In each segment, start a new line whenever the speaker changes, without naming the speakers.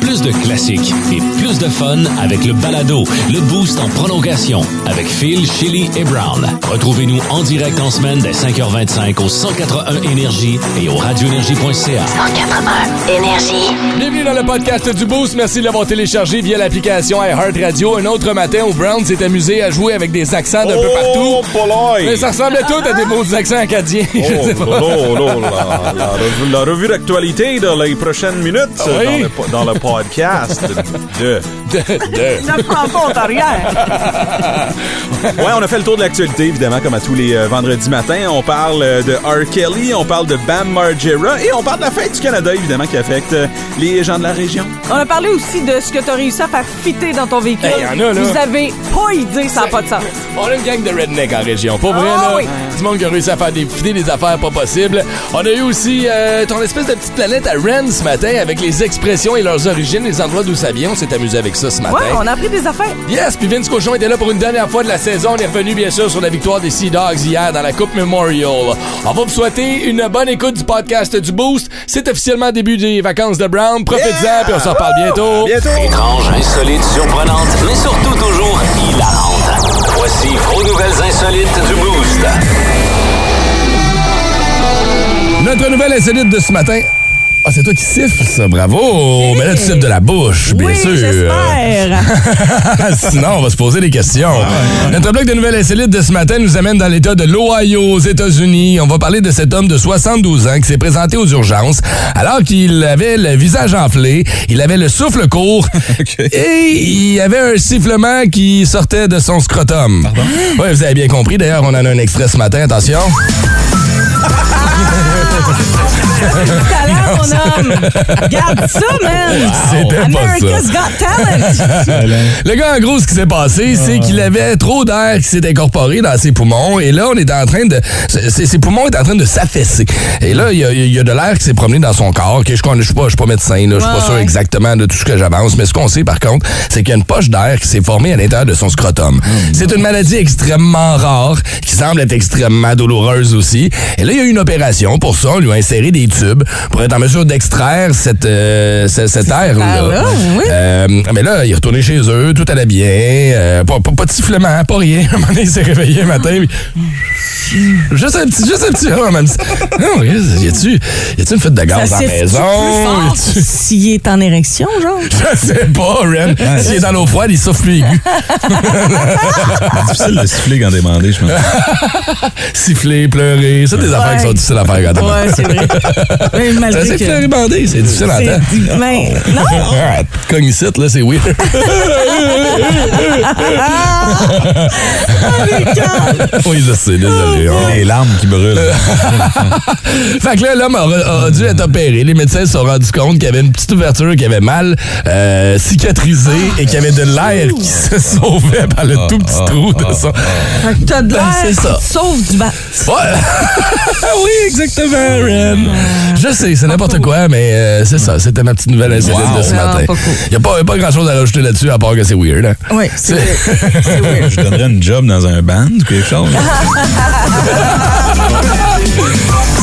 Plus de classiques et plus de fun avec le balado, le boost en prolongation avec Phil, Chili et Brown. Retrouvez-nous en direct en semaine dès 5h25 au 181 Énergie et au radioénergie.ca.
181 Énergie.
Bienvenue dans le podcast du Boost. Merci de l'avoir téléchargé via l'application iHeartRadio. Un autre matin où Brown s'est amusé à jouer avec des accents d'un
Oh,
peu
Oh,
partout. Mais ça ressemblait tout à des maudits accents acadiens. Je sais pas.
Oh, là, là, la, la revue- la revue d'actualité dans les prochaines minutes euh,
oui?
dans, le, po- dans le podcast de...
Ne prends pas en arrière.
Ouais, on a fait le tour de l'actualité, évidemment, comme à tous les euh, vendredis matins. On parle euh, de R. Kelly, on parle de Bam Margera et on parle de la fête du Canada, évidemment, qui affecte euh, les gens de la région.
On a parlé aussi de ce que tu as réussi à faire fitter dans ton véhicule.
Hey, Ben, y en a, là.
Vous avez pas idée, ça n'a pas de sens.
On a une gang de redneck en région, pas vrai,
Ah
là?
oui.
Du monde qui a réussi à faire des, filer des affaires pas possibles. On a eu aussi euh, ton espèce de petite planète à Rennes ce matin avec les expressions et leurs origines, les endroits d'où ça vient. On s'est amusé avec ça ce matin.
Ouais, on a appris des affaires.
Yes, puis Vince Cochon était là pour une dernière fois de la saison. On est revenu, bien sûr, sur la victoire des Sea Dogs hier dans la Coupe Memorial. On va vous souhaiter une bonne écoute du podcast du Boost. C'est officiellement début des vacances de Brown. Profitez-en, puis on se reparle bientôt.
Étrange, insolite, surprenante, mais surtout toujours hilarante. Voici vos nouvelles insolites du Boost.
Notre nouvelle insolite de ce matin. Ah, c'est toi qui siffles, ça, bravo! Mais là, tu siffles de la bouche, bien
oui,
sûr.
j'espère.
Sinon, on va se poser des questions. Notre bloc de nouvelles insolites de ce matin nous amène dans l'État de l'Ohio, aux États-Unis. On va parler de cet homme de 72 ans qui s'est présenté aux urgences alors qu'il avait le visage enflé, il avait le souffle court et il avait un sifflement qui sortait de son scrotum. Oui, vous avez bien compris. D'ailleurs, on en a un extrait ce matin. Attention.
talent, mon homme. Garde ça, man.
C'était pas ça.
America's Got Talent.
Le gars, en gros, ce qui s'est passé, c'est qu'il avait trop d'air qui s'est incorporé dans ses poumons. Et là, on est en train de. Ses, ses poumons étaient en train de s'affaisser. Et là, il y a, il y a de l'air qui s'est promené dans son corps. OK, je ne suis pas, je suis pas médecin, là, je suis
Ouais,
pas sûr
ouais.
exactement de tout ce que j'avance. Mais ce qu'on sait, par contre, c'est qu'il y a une poche d'air qui s'est formée à l'intérieur de son scrotum. C'est une maladie extrêmement rare qui semble être extrêmement douloureuse aussi. Et là, il y a eu une opération pour ça. On lui a inséré des tubes pour être en mesure d'extraire cette, euh, ce- cet air-là.
air-là, Ah, oui.
Euh, mais là, il est retourné chez eux, tout allait bien, euh, pas, pas, pas de sifflement, pas rien. À un moment donné, il s'est réveillé un matin, puis- juste un petit, juste un petit, oh, même si- Non, y a-tu, y a-tu une fête de gaz
Ça
à la
siffle-tu plus
maison?
fort
Y a-tu-
S'il est en érection, genre.
je sais pas, Ren. S'il est dans l'eau froide, il souffle plus aigu.
Difficile de siffler quand demander, je pense.
Ah, Siffler, pleurer, c'est des affaires qui sont difficiles à faire quand
Ouais, c'est vrai. Mais
Ça,
malgré
c'est
que.
pleurer, bander, c'est hein? difficile à entendre.
C'est- Mais, non,
Ah, Cognicite, là, c'est weird.
Oh,
oui, je sais, désolé. hein.
Les larmes qui brûlent.
Fait que là, l'homme a, re- a dû être opéré. Les médecins se sont rendus compte qu'il y avait une petite ouverture qui avait mal euh, cicatrisé et qu'il y avait de l'air qui se
Ah.
sauvait par le tout petit trou de son.
Fait que t'as de
Ben, c'est ça.
l'air, sauf du bat.
Ouais. oui, exactement, Ren. Je sais, c'est n'importe quoi, mais euh, c'est ça. C'était ma petite nouvelle insolite de ce
Non,
matin.
Ah, pas cool.
Il n'y a pas, y a pas grand-chose à rajouter là-dessus, à part que c'est weird. hein.
Oui, c'est vrai. C'est weird.
Je donnerais une job dans un band ou quelque chose.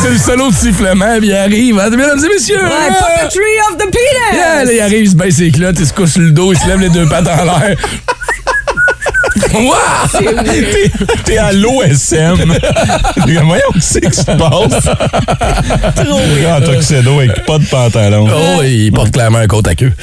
C'est le solo de sifflement, puis il arrive. hein. Mesdames et messieurs!
Ouais,
euh,
puppetry of the penis!
Yeah, là, il arrive, il se baisse ses clottes, il se couche sur le dos, il se lève les deux pattes en l'air. Wow!
T'es- T'es à l'OSM. Voyons, qu'est-ce qui se passe? Grand tuxedo avec pas de pantalon.
Oh, il porte clairement un côte à queue.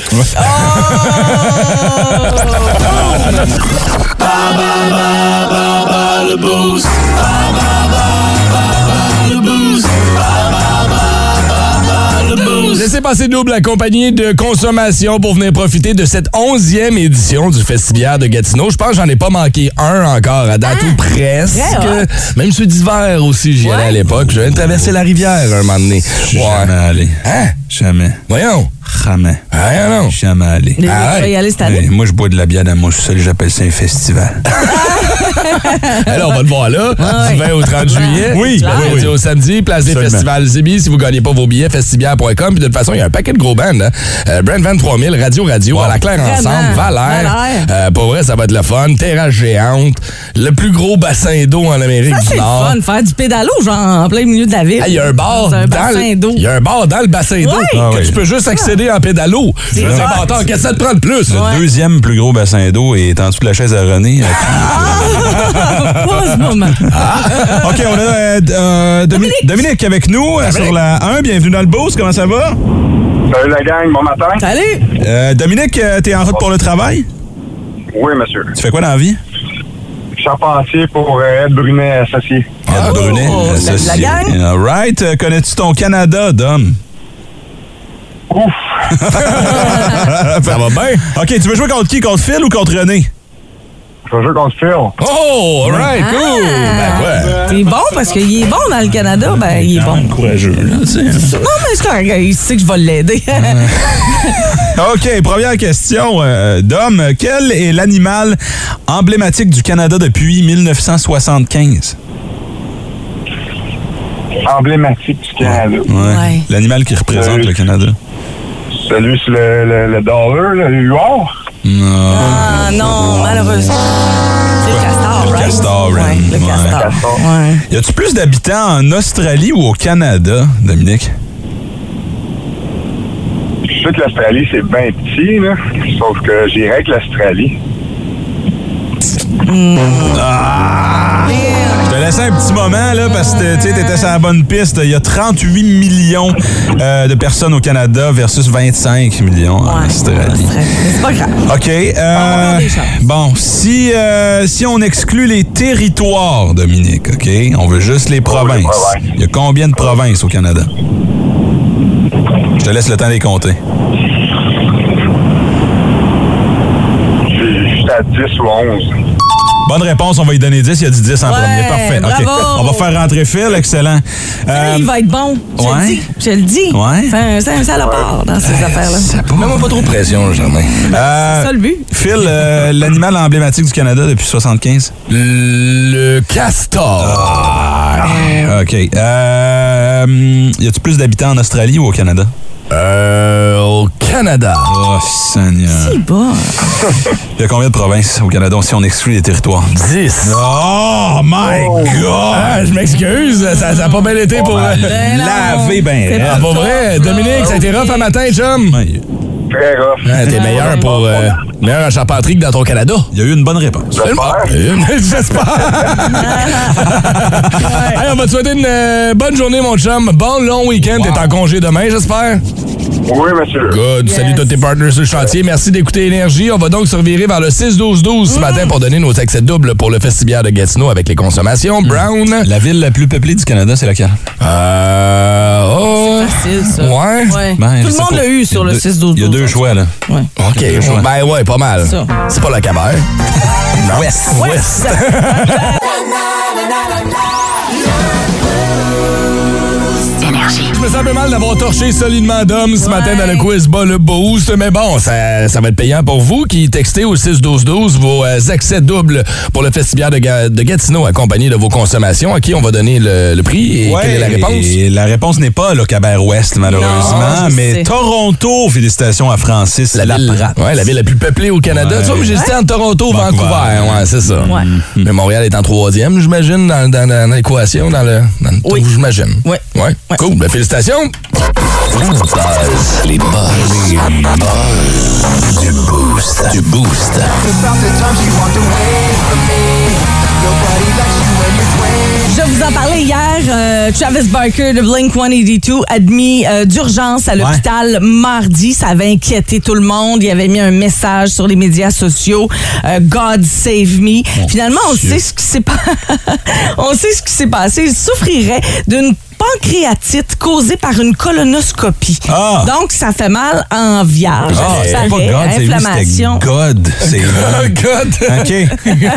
Laissez passer double accompagné de consommation pour venir profiter de cette onzième édition du Festivière de Gatineau. Je pense que j'en ai pas manqué un encore à date ou presque.
Très
Même ceux d'hiver aussi, j'y allais à l'époque. J'avais traversé la rivière un moment donné.
Je suis
Ouais.
jamais allé.
Hein?
Jamais.
Voyons.
Jamais.
Ah, non, Non.
Je suis jamais allé.
Les
Arrête.
réalistes cette
Ouais,
année.
moi, je bois de la bière dans mon sous-sol, j'appelle ça un festival.
Alors, on va le voir Ben là, du 20 au 30 juillet.
Oui.
Du
ben
Oui, oui.
lundi au samedi, place des
Absolument.
festivals Zibi. Si vous gagnez pas vos billets, festibière.com. Puis de toute façon, il y a un paquet de gros bands. Hein. Euh, Brand 23000, Radio Radio, à la Claire
Vraiment.
Ensemble, Valère.
Valère.
Euh, pour vrai, ça va être le fun. Terrasse géante, le plus gros bassin d'eau en Amérique
Ça, c'est
du
le
Nord.
fun, faire du pédalo, genre en plein milieu de la ville.
Ah, Il y a un bar
Dans un
dans
bassin d'eau.
le- il y a un bar dans le bassin d'eau
Ouais.
Ah
que
oui.
tu peux juste accéder en pédalo. Je veux dire,
hot.
bâtard, qu'est-ce que ça te prend de plus?
Le deuxième plus gros bassin d'eau est en dessous de la chaise à René.
Pas ce moment.
OK, on a euh, d- euh, Domi- Dominique. avec nous euh, sur la 1. Bienvenue dans le Beauce. Comment ça va?
Salut la gang, bon matin.
Salut!
Euh, Dominique, euh, t'es en route pour le travail?
Oui, monsieur.
Tu fais quoi dans la vie?
Charpentier pour euh, Ed Brunet associé.
Ah.
Ed Brunet,
oh, la- la
associé.
gang.
Euh, All right. Euh, Connais-tu ton Canada, Dom?
Ouf!
Ça va bien?
OK, tu veux jouer contre qui? Contre Phil ou contre René?
Je veux qu'on se file.
Oh, all right, cool!
Ah.
Ben ouais.
C'est bon parce qu'il est bon dans le Canada, ben il est bon.
Courageux, là, tu sais.
Non, mais c'est correct, il sait que je vais l'aider.
OK, première question, euh, Dom. Quel est l'animal emblématique du Canada depuis 1975?
Emblématique du Canada.
Ouais.
L'animal qui représente
Euh,
le Canada.
Celui sur le, le, le dollar, le huard.
Non.
Ah non, malheureusement. C'est le castor, right?
castor,
Ouais,
Ren,
le
ouais.
castor.
Castor.
Ouais.
Y a-tu plus d'habitants en Australie ou au Canada, Dominique?
Je sais que l'Australie, c'est bien petit, là. Sauf que j'irais avec l'Australie.
Je te laisse un petit moment, là, parce que tu sais, t'étais sur la bonne piste. Il y a 38 millions euh, de personnes au Canada versus 25 millions en
Ouais.
Australie.
Mais c'est pas grave.
OK. euh,
avoir des chances.
bon, si, euh, si on exclut les territoires, Dominique, OK? On veut juste les provinces.
provinces.
Il y a combien de provinces au Canada? Je te laisse le temps de les compter.
Je suis à 10 ou 11.
Bonne réponse, on va y donner 10. Il y a dit 10 en
Ouais,
premier. Parfait. OK.
bravo.
On va faire rentrer Phil, excellent. Euh,
il va être bon. Je
ouais.
le dis. Je le dis.
Ouais.
C'est un, c'est un salopard dans ces affaires-là. C'est
Mets-moi pas trop de pression, Germain.
euh,
ça le but.
Phil, euh, l'animal emblématique du Canada depuis 75?
Le castor.
Ah. OK. Euh, hum, y a-tu plus d'habitants en Australie ou au Canada?
Euh, au Canada.
Oh, Seigneur.
C'est bon.
Il y a combien de provinces au Canada si on exclut les territoires?
10.
Oh, my God!
Ah, je m'excuse, ça n'a pas bien été pour... euh,
Ben non.
Lavé ben
C'est
Ah,
raide.
pas vrai. Dominique, ça a été rough un matin, chum.
Ouais,
Très rough.
Ah, T'es meilleur pour... euh, meilleur en charpenterie que dans ton Canada.
Il y a eu une bonne réponse.
Euh, J'espère. Hey, on va te souhaiter une euh, bonne journée, mon chum. Bon long week-end. T'es en congé demain, j'espère.
Oui, monsieur.
Good. Salut tous tes partenaires sur le chantier. Merci d'écouter Énergie. On va donc se revirer vers le 6-12-12 ce matin pour donner nos accès doubles pour le festibiaire de Gatineau avec les consommations. Brown.
La ville la plus peuplée du Canada, c'est laquelle?
Euh. Oh.
Facile, ça.
Ouais.
Ben,
Tout
je
le
sais
monde
pas.
l'a eu sur
Il y a
le
deux-
6-12.
Il y a deux choix, là.
Ouais.
OK. Ben ouais, pas mal.
Ça.
C'est pas la cabère. West. West.
énergie.
Je me sens un peu mal d'avoir torché solidement Dom ce matin dans le quiz bas le boost, mais bon, ça, ça va être payant pour vous qui textez au 6-12-12 vos euh, accès doubles pour le festival de, Ga- de Gatineau accompagné de vos consommations à qui on va donner le, le prix et
Ouais,
quelle est la réponse.
et la réponse n'est pas le Cabert-Ouest, malheureusement,
Non, je
mais
sais.
Toronto. Félicitations à Francis
La, ville,
Laprate.
ouais, la ville la plus peuplée au Canada.
Ouais.
Tu vois, j'hésitais en Toronto, Vancouver.
Vancouver. Mm-hmm.
Ouais, c'est ça. Mais Montréal est en troisième, j'imagine, dans, dans- dans l'équation, dans le, dans le
Oui.
trou, j'imagine.
Ouais.
ouais.
Ouais.
Cool. Ben, félicitations. Les buzz. Les buzz. Du boost. Du boost.
Je vous en parlais hier, euh, Travis Barker de Blink-182 admis euh, d'urgence à l'hôpital mardi. Ça avait inquiété tout le monde. Il avait mis un message sur les médias sociaux, euh, God save me. Finalement, on sait ce qui s'est pas... on sait ce qui s'est passé. Il souffrirait d'une pancréatite causée par une colonoscopie.
Ah!
Donc, ça fait mal en vierge.
Ah,
Ça
c'est pas
paraît,
God, c'est lui, c'était
inflammation.
God. C'est
Oh, God!
OK.
Ah,
oui,
Ben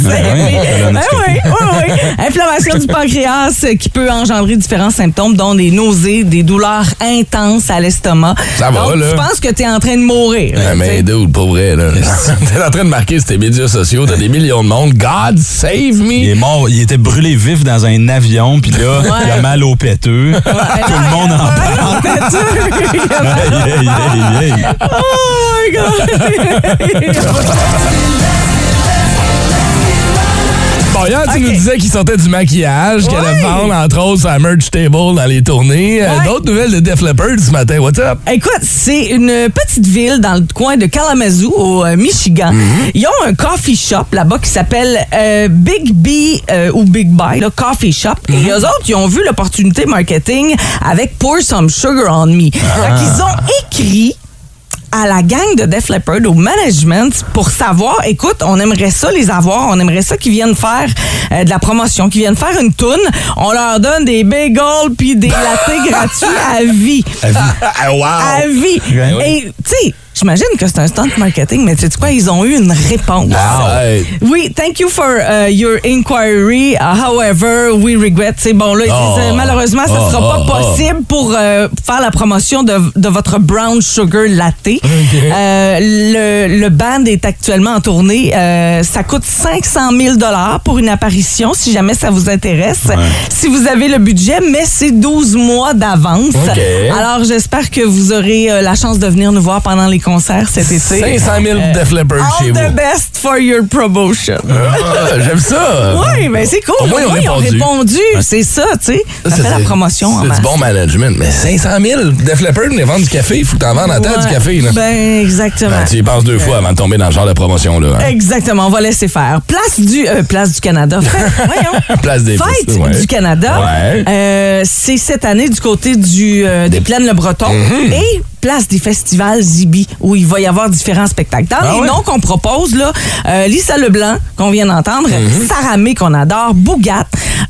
colonoscopie.
oui, oui, oui. Inflammation du pancréas euh, qui peut engendrer différents symptômes, dont des nausées, des douleurs intenses à l'estomac.
Ça va,
Donc,
là.
Tu penses que tu es en train de mourir.
Ah, mais dude, pour vrai, là. T'es en train de marquer sur tes médias sociaux, t'as des millions de monde. God save
Il est
me!
mort, il était brûlé vif dans un avion, puis là, il a mal au péteux. Tout le monde en parle.
Ah, parle.
Aïe, aïe, aïe, aïe.
Oh my God!
Bon, hier, tu nous disais qu'il sortait du maquillage, qu'elle allait
Ouais.
vendre, entre autres, sa merch table dans les tournées. Euh,
Ouais.
D'autres nouvelles de Def Leppard ce matin. What's up?
Écoute, c'est une petite ville dans le coin de Kalamazoo, au euh, Michigan.
Mm-hmm.
Ils ont un coffee shop là-bas qui s'appelle euh, Big B euh, ou Big Buy, le coffee shop.
Mm-hmm.
Et eux autres, ils ont vu l'opportunité marketing avec Pour Some Sugar on Me.
Ah.
Fait qu'ils ont écrit à la gang de Def Leppard, au management, pour savoir, écoute, on aimerait ça les avoir, on aimerait ça qu'ils viennent faire euh, de la promotion, qu'ils viennent faire une toune. On leur donne des bagels puis des latés gratuits à vie.
Ah, wow!
À vie.
Ben oui.
Et, tu sais, j'imagine que c'est un stunt marketing, mais tu sais quoi, ils ont eu une réponse.
Ouais.
Oui, thank you for uh, your inquiry. Uh, however, we regret. C'est bon, là, ils
Oh.
disent, euh, malheureusement, ça
Oh,
sera
oh,
pas
oh.
possible pour euh, faire la promotion de, de votre brown sugar latte. Euh, le, le band est actuellement en tournée. Euh, ça coûte 500 000 pour une apparition, si jamais ça vous intéresse. Si vous avez le budget, mais c'est 12 mois d'avance.
OK.
Alors, j'espère que vous aurez euh, la chance de venir nous voir pendant les concerts cet été.
500 000 Def Leppard
Euh, All
chez
the
vous.
best for your promotion.
Ah, J'aime ça!
Oui, mais ben, c'est cool.
Au moins, ils ont
ils ont
répondu.
répondu. C'est ça, tu sais. Ça,
c'est
fait la
du-
promotion en
C'est
masse.
du bon management. Mais 500 000 Def Leppard, mais vendre du café, il faut que t'en vendes à temps du
Ouais.
café. Là.
Ben, exactement.
Ben, tu y penses deux fois avant de tomber dans le genre de promotion-là. hein.
Exactement, on va laisser faire. Place du euh, Place du Canada. Fête, voyons.
Place des
Fête
Fêtes, ouais.
du Canada.
Ouais.
Euh, c'est cette année du côté du, euh, des Plaines Le Breton
Mhm.
et Place des Festivals Zibi où il va y avoir différents spectacles.
Ah
Dans les
ouais?
noms qu'on propose là, euh, Lisa Leblanc qu'on vient d'entendre,
Mhm.
Saramé qu'on adore, Bougat,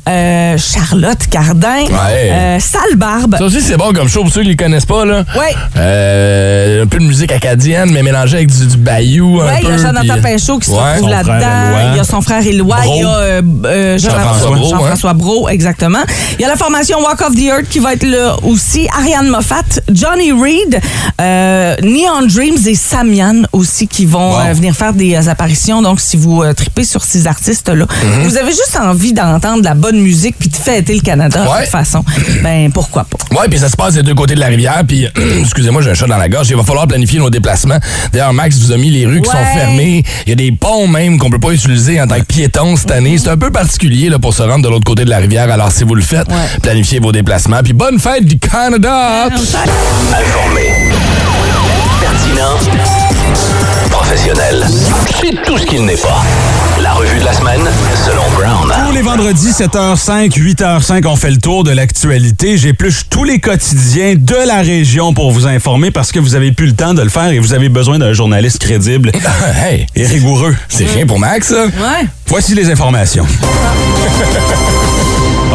euh, Charlotte Cardin,
Ouais.
euh, Sale Barbe.
Ça aussi, c'est bon comme show pour ceux qui les connaissent pas. Là.
Ouais.
Euh, un peu de musique acadienne, mais mélangée avec du, du bayou. un
Ouais, il y a
peu,
Jonathan
puis- euh,
Pinchot qui se
Ouais.
retrouve
Son frère
là-dedans.
Éloi.
Il y a son frère Éloi.
Brault.
Il y a euh, euh, Jean-François
Jean-François Brault,
Jean-François Brault, exactement. Il y a la formation Walk of the Earth qui va être là aussi. Ariane Moffat, Johnny Reed, euh, Neon Dreams et Samian aussi qui vont
Wow.
euh, venir faire des euh, apparitions. Donc, si vous euh, tripez sur ces artistes-là,
Mm-hmm.
vous avez juste envie d'entendre de la bonne musique puis de fêter le Canada de
Ouais.
toute façon, ben pourquoi pas.
Ouais, puis ça se passe des deux côtés de la rivière. Puis, excusez-moi, j'ai un chat dans la gorge. Il va falloir planifier nos déplacements. D'ailleurs, Max vous a mis les rues qui sont
Ouais.
fermées. Il y a des ponts même qu'on peut pas utiliser en tant que piéton cette
Mhm.
année. C'est un peu particulier là, pour se rendre de l'autre côté de la rivière. Alors, si vous le faites,
Ouais. Ah,
planifiez vos déplacements. Puis, bonne fête du Canada!
Informé. Pertinent. Professionnel. C'est tout ce qu'il n'est pas. La revue de la semaine, selon Brown.
Tous les vendredis, 7h05, 8h05, on fait le tour de l'actualité. J'épluche tous les quotidiens de la région pour vous informer parce que vous avez plus le temps de le faire et vous avez besoin d'un journaliste crédible
hey,
et rigoureux.
c'est rien pour Max, ça?
Ouais.
Voici les informations.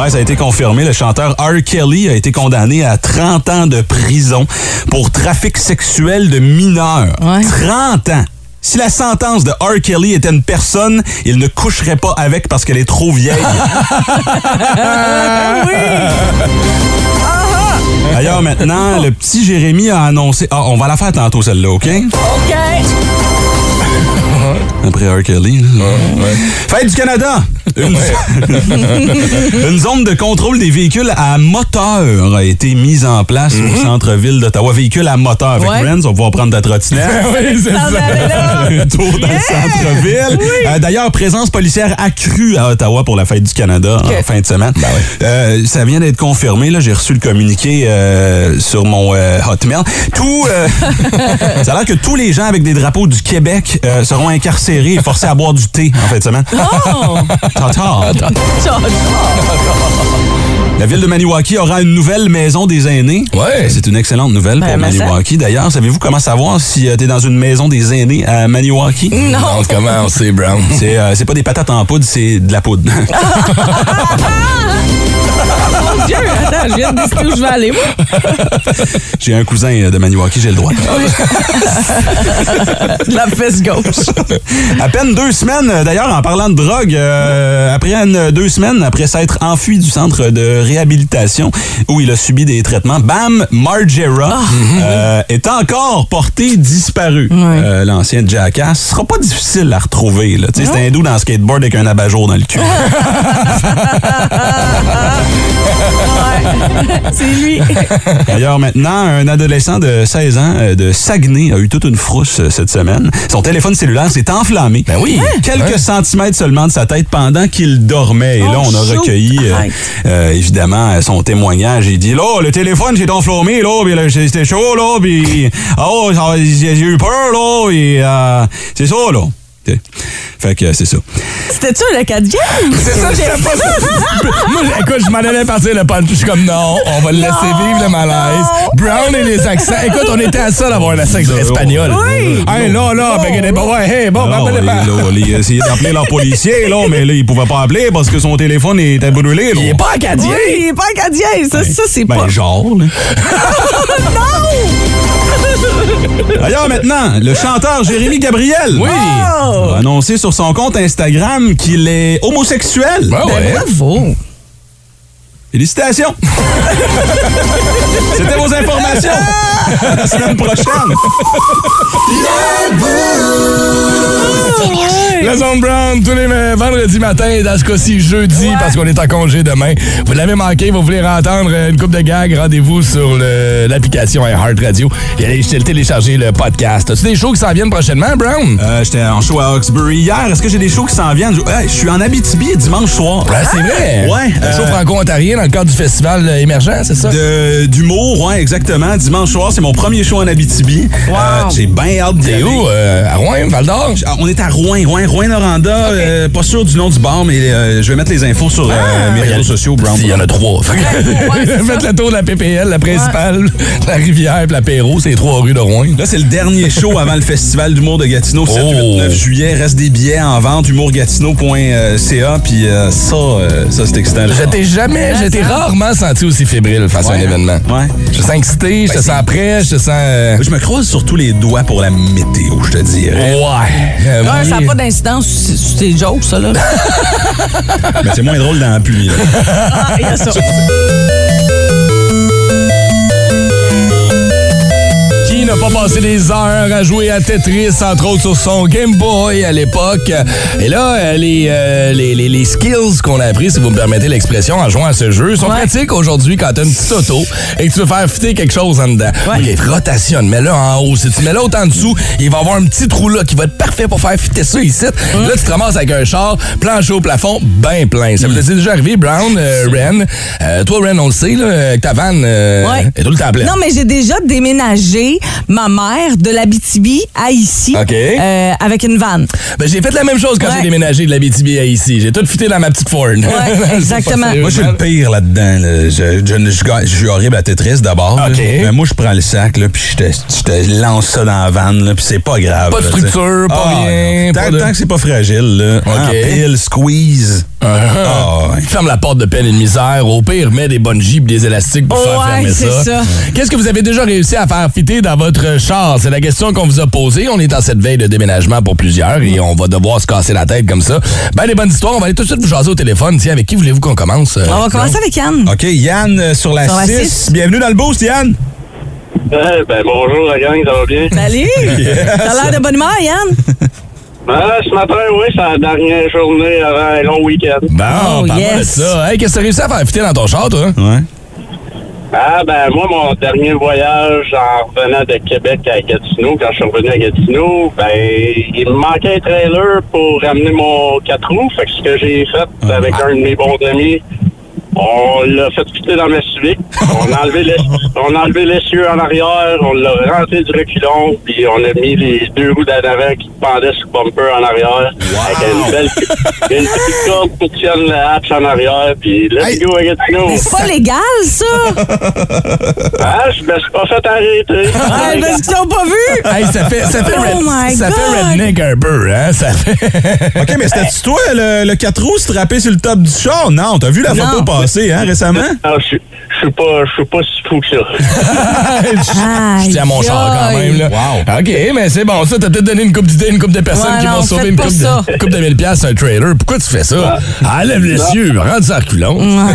Ouais, ça a été confirmé. Le chanteur R. Kelly a été condamné à 30 ans de prison pour trafic sexuel de mineurs.
Ouais.
30 ans! Si la sentence de R. Kelly était une personne, il ne coucherait pas avec parce qu'elle est trop vieille. D'ailleurs, maintenant, le petit Jérémy a annoncé... Ah, on va la faire tantôt, celle-là, OK?
OK.
Après R. Kelly. là. Fête du Canada! Une, Une zone de contrôle des véhicules à moteur a été mise en place au centre-ville d'Ottawa. Véhicules à moteur. Avec
Ouais.
Renz, on va pouvoir prendre ta trottinette.
oui, c'est
Ah, ben, ben, là.
Un tour dans le centre-ville. Euh, D'ailleurs, présence policière accrue à Ottawa pour la fête du Canada en fin de semaine. Euh, ça vient d'être confirmé. là. J'ai reçu le communiqué euh, sur mon euh, Hotmail. Tout, euh, ça a l'air que tous les gens avec des drapeaux du Québec euh, seront incarcérés et forcés à boire du thé en fin de semaine.
Oh!
Tata.
Ciao,
La ville de Maniwaki aura une nouvelle maison des aînés.
Ouais.
C'est une excellente nouvelle
Ben,
pour
ma sœur.
Maniwaki. D'ailleurs, savez-vous comment savoir si tu es dans une maison des aînés à Maniwaki?
Non, comment on sait, Brown?
C'est euh, c'est pas des patates en poudre, c'est de la poudre.
Oh mon Dieu! Attends, je viens de décider où je vais aller, moi.
J'ai un cousin euh, de Maniwaki, j'ai le droit.
De la fesse gauche.
À peine deux semaines, euh, d'ailleurs, en parlant de drogue, euh, après une- deux semaines, après s'être enfui du centre de réhabilitation où il a subi des traitements, Bam Margera euh, est encore porté disparu. Euh, L'ancien Jackass. Ce sera pas difficile à retrouver. là. Tu sais, C'est un doux dans le skateboard avec un abat-jour dans le cul.
C'est lui.
D'ailleurs, maintenant, un adolescent de 16 ans euh, de Saguenay a eu toute une frousse euh, cette semaine. Son téléphone cellulaire s'est enflammé. Ben oui. Quelques centimètres seulement de sa tête pendant qu'il dormait. Et là,
Oh,
on a
shoot.
recueilli, euh,
Arrête.
euh, évidemment, euh, son témoignage. Il dit, là, le téléphone s'est enflammé, là, puis là, c'était chaud, là, puis oh, ça- j'ai j'ai eu peur, là, et euh, c'est ça, là. Tu sais. Fait que euh, c'est ça.
C'était-tu un Acadien?
C'est ça, je sais pas ça. Moi, écoute, je m'en allais partir le punch. Je suis comme, non, on va le laisser vivre le malaise. Brown et les accents. Écoute, on était à ça d'avoir un accent espagnol.
Oui.
Hey, là, là, ben, gueule, bon, ouais, hey, bon, ben,
Alors,
ben, ben.
il- là, il a essayé d'appeler leur policier, là, mais là, il pouvait pas appeler parce que son téléphone était brûlé. là.
Il est pas
Oui,
acadien.
il est pas Acadien. Ça, ça c'est
Ben,
pas.
genre, là. D'ailleurs, maintenant, le chanteur Jérémy Gabriel
Oh!
a annoncé sur son compte Instagram qu'il est homosexuel.
Ben ouais.
Bravo.
Félicitations! C'était vos informations! À la semaine prochaine!
La zone Brown, tous les euh, vendredis matin, et dans ce cas-ci jeudi, parce qu'on est en congé demain. Vous l'avez manqué, vous voulez entendre euh, une coupe de gags, rendez-vous sur le- l'application Heart Radio et allez ch- télécharger le podcast. As-tu des shows qui s'en viennent prochainement, Brown?
Euh, J'étais en show à Hawkesbury hier. Est-ce que j'ai des shows qui s'en viennent? Je- hey, je suis en Abitibi dimanche soir.
Ah, c'est vrai!
Ouais,
Un
euh,
show franco-ontarien dans le cadre du festival euh, émergent, c'est ça?
De- D'humour, ouais, exactement. Dimanche soir, c'est mon premier show en Abitibi. Euh, j'ai bien hâte d'y
T'es
aller.
où? euh, à Rouen, Val-d'Or?
Ah, On est à Rouen, Rouen, Rouen Noranda. Euh, pas sûr du nom du bar, mais euh, je vais mettre les infos sur euh, mes réseaux sociaux, Brown.
Ah! Il y en a trois. Fait que- Faites le tour de la PPL, la principale, la rivière et la Pérault, c'est les trois rues de Rouen.
Là, c'est le dernier show avant le Festival d'humour de Gatineau, 7, 8, 9
Oh.
juillet. Reste des billets en vente, humourgatineau.ca. Puis euh, ça, euh, ça, c'est excitant. là.
Je t'ai jamais, je t'ai rarement senti aussi fébrile face à un
Ouais.
événement.
Ouais. Ben,
Je te sens excité, je te sens prêt, je te sens. euh,
Je me croise sur tous les doigts pour la météo, je te dirais.
Ouais. Euh,
Ah,
oui.
Ça n'a pas d'incidence sur sur tes jokes, ça, là.
Mais c'est moins drôle dans la pluie. là.
Ah, il y a ça.
Qui n'a pas passé des heures à jouer à Tetris, entre autres sur son Game Boy à l'époque? Et là, euh, les, euh, les, les- les skills qu'on a appris, si vous me permettez l'expression, en jouant à ce jeu, sont pratiques aujourd'hui quand t'as une petite auto et que tu veux faire fitter quelque chose en dedans. Oui, rotationne, mets-le en haut. Si tu mets-le autant en dessous, il va avoir un petit trou là qui va être parfait pour faire fitter ça ici. Là, tu te ramasses avec un char, plancher au plafond, ben plein. Ça vous est déjà arrivé, Brown, euh, Ren? Euh, toi, Ren, on le sait, là, que ta vanne euh,
Ouais.
est tout le temps pleine.
Non, mais j'ai déjà déménagé ma mère de l'Abitibi à ici
OK.
euh, avec une vanne.
Ben, j'ai fait la même chose quand
Ouais.
j'ai déménagé de la BTB à ici. J'ai tout fité dans ma petite Ford. C'est
exactement.
pas sérieux,
Moi, je suis le
man.
pire là-dedans. là. Je, je, je- je- je suis horrible à Tetris d'abord. là.
OK.
Mais moi, je prends le sac, là, puis je te, je te lance ça dans la vanne, là, puis c'est pas grave.
Pas de
là, t'sais.
structure, pas rien,
Ah, non. Tant,
pas de-
tant que c'est pas fragile, là. Ah, Pile, squeeze. Ah, ouais.
Ferme la porte de peine et de misère. Au pire, mets des bonnes jibes, des élastiques pour faire
Ouais,
fermer
c'est
ça.
ça.
Qu'est-ce que vous avez déjà réussi à faire fitter dans votre char? C'est la question qu'on vous a posée. On est en cette veille de déménagement pour plusieurs et on va devoir se casser la tête comme ça. Ben, des bonnes histoires. On va aller tout de suite vous jaser au téléphone. Tiens, avec qui voulez-vous qu'on commence? euh,
On va commencer avec Anne.
OK, Yann euh, sur la
Sur la
6.
six.
Bienvenue dans le boost, Yann.
Eh ben bonjour la gang, ça va bien?
Ah.
Salut! T'as l'air de bonne humeur, Yann?
Ah, ce matin, oui, c'est la dernière journée avant un long week-end.
Bon,
Oh,
parle-moi de
yes.
ça. Hey, qu'est-ce que t'as réussi à faire fitter dans ton char, toi?
Ouais.
Ah ben moi, mon dernier voyage en revenant de Québec à Gatineau, quand je suis revenu à Gatineau, ben il me manquait un trailer pour ramener mon 4 roues. Fait que ce que j'ai
Ah.
fait avec un de mes bons amis, on l'a fait quitter dans ma Civic. On a enlevé l'ess- on a enlevé l'essieu en arrière, on l'a rentré du reculon, puis on a mis les deux roues d'en avant qui pendaient sur le bumper en arrière. Avec une belle une petite corde pour tienne la hatch en arrière, puis let's
Hey.
go à Gatineau.
Mais c'est pas légal, ça!
Ah, je me suis pas fait arrêter.
Ah,
ben,
parce qu'ils t'ont pas vu!
Hey, ça fait, ça fait,
Oh
red-
my
ça fait
God.
redneck un peu, hein? Ça fait...
OK, mais c'était-tu toi, le, le 4 roues strappé sur le top du char? Non, t'as vu la photo
Non.
passé, hein, récemment?
Ah, je suis je suis pas, je suis pas si fou que ça.
Je tiens à mon sort quand même. Là. OK, mais c'est bon. Ça, t'as peut-être donné une coupe d'idées, une coupe de personnes
Ouais,
qui
non,
vont
faites
sauver une
pas
coupe
ça.
de, coupe de mille piastres, un trailer. Pourquoi tu fais ça? Ah, lève les yeux, rends ça reculons.
Mm.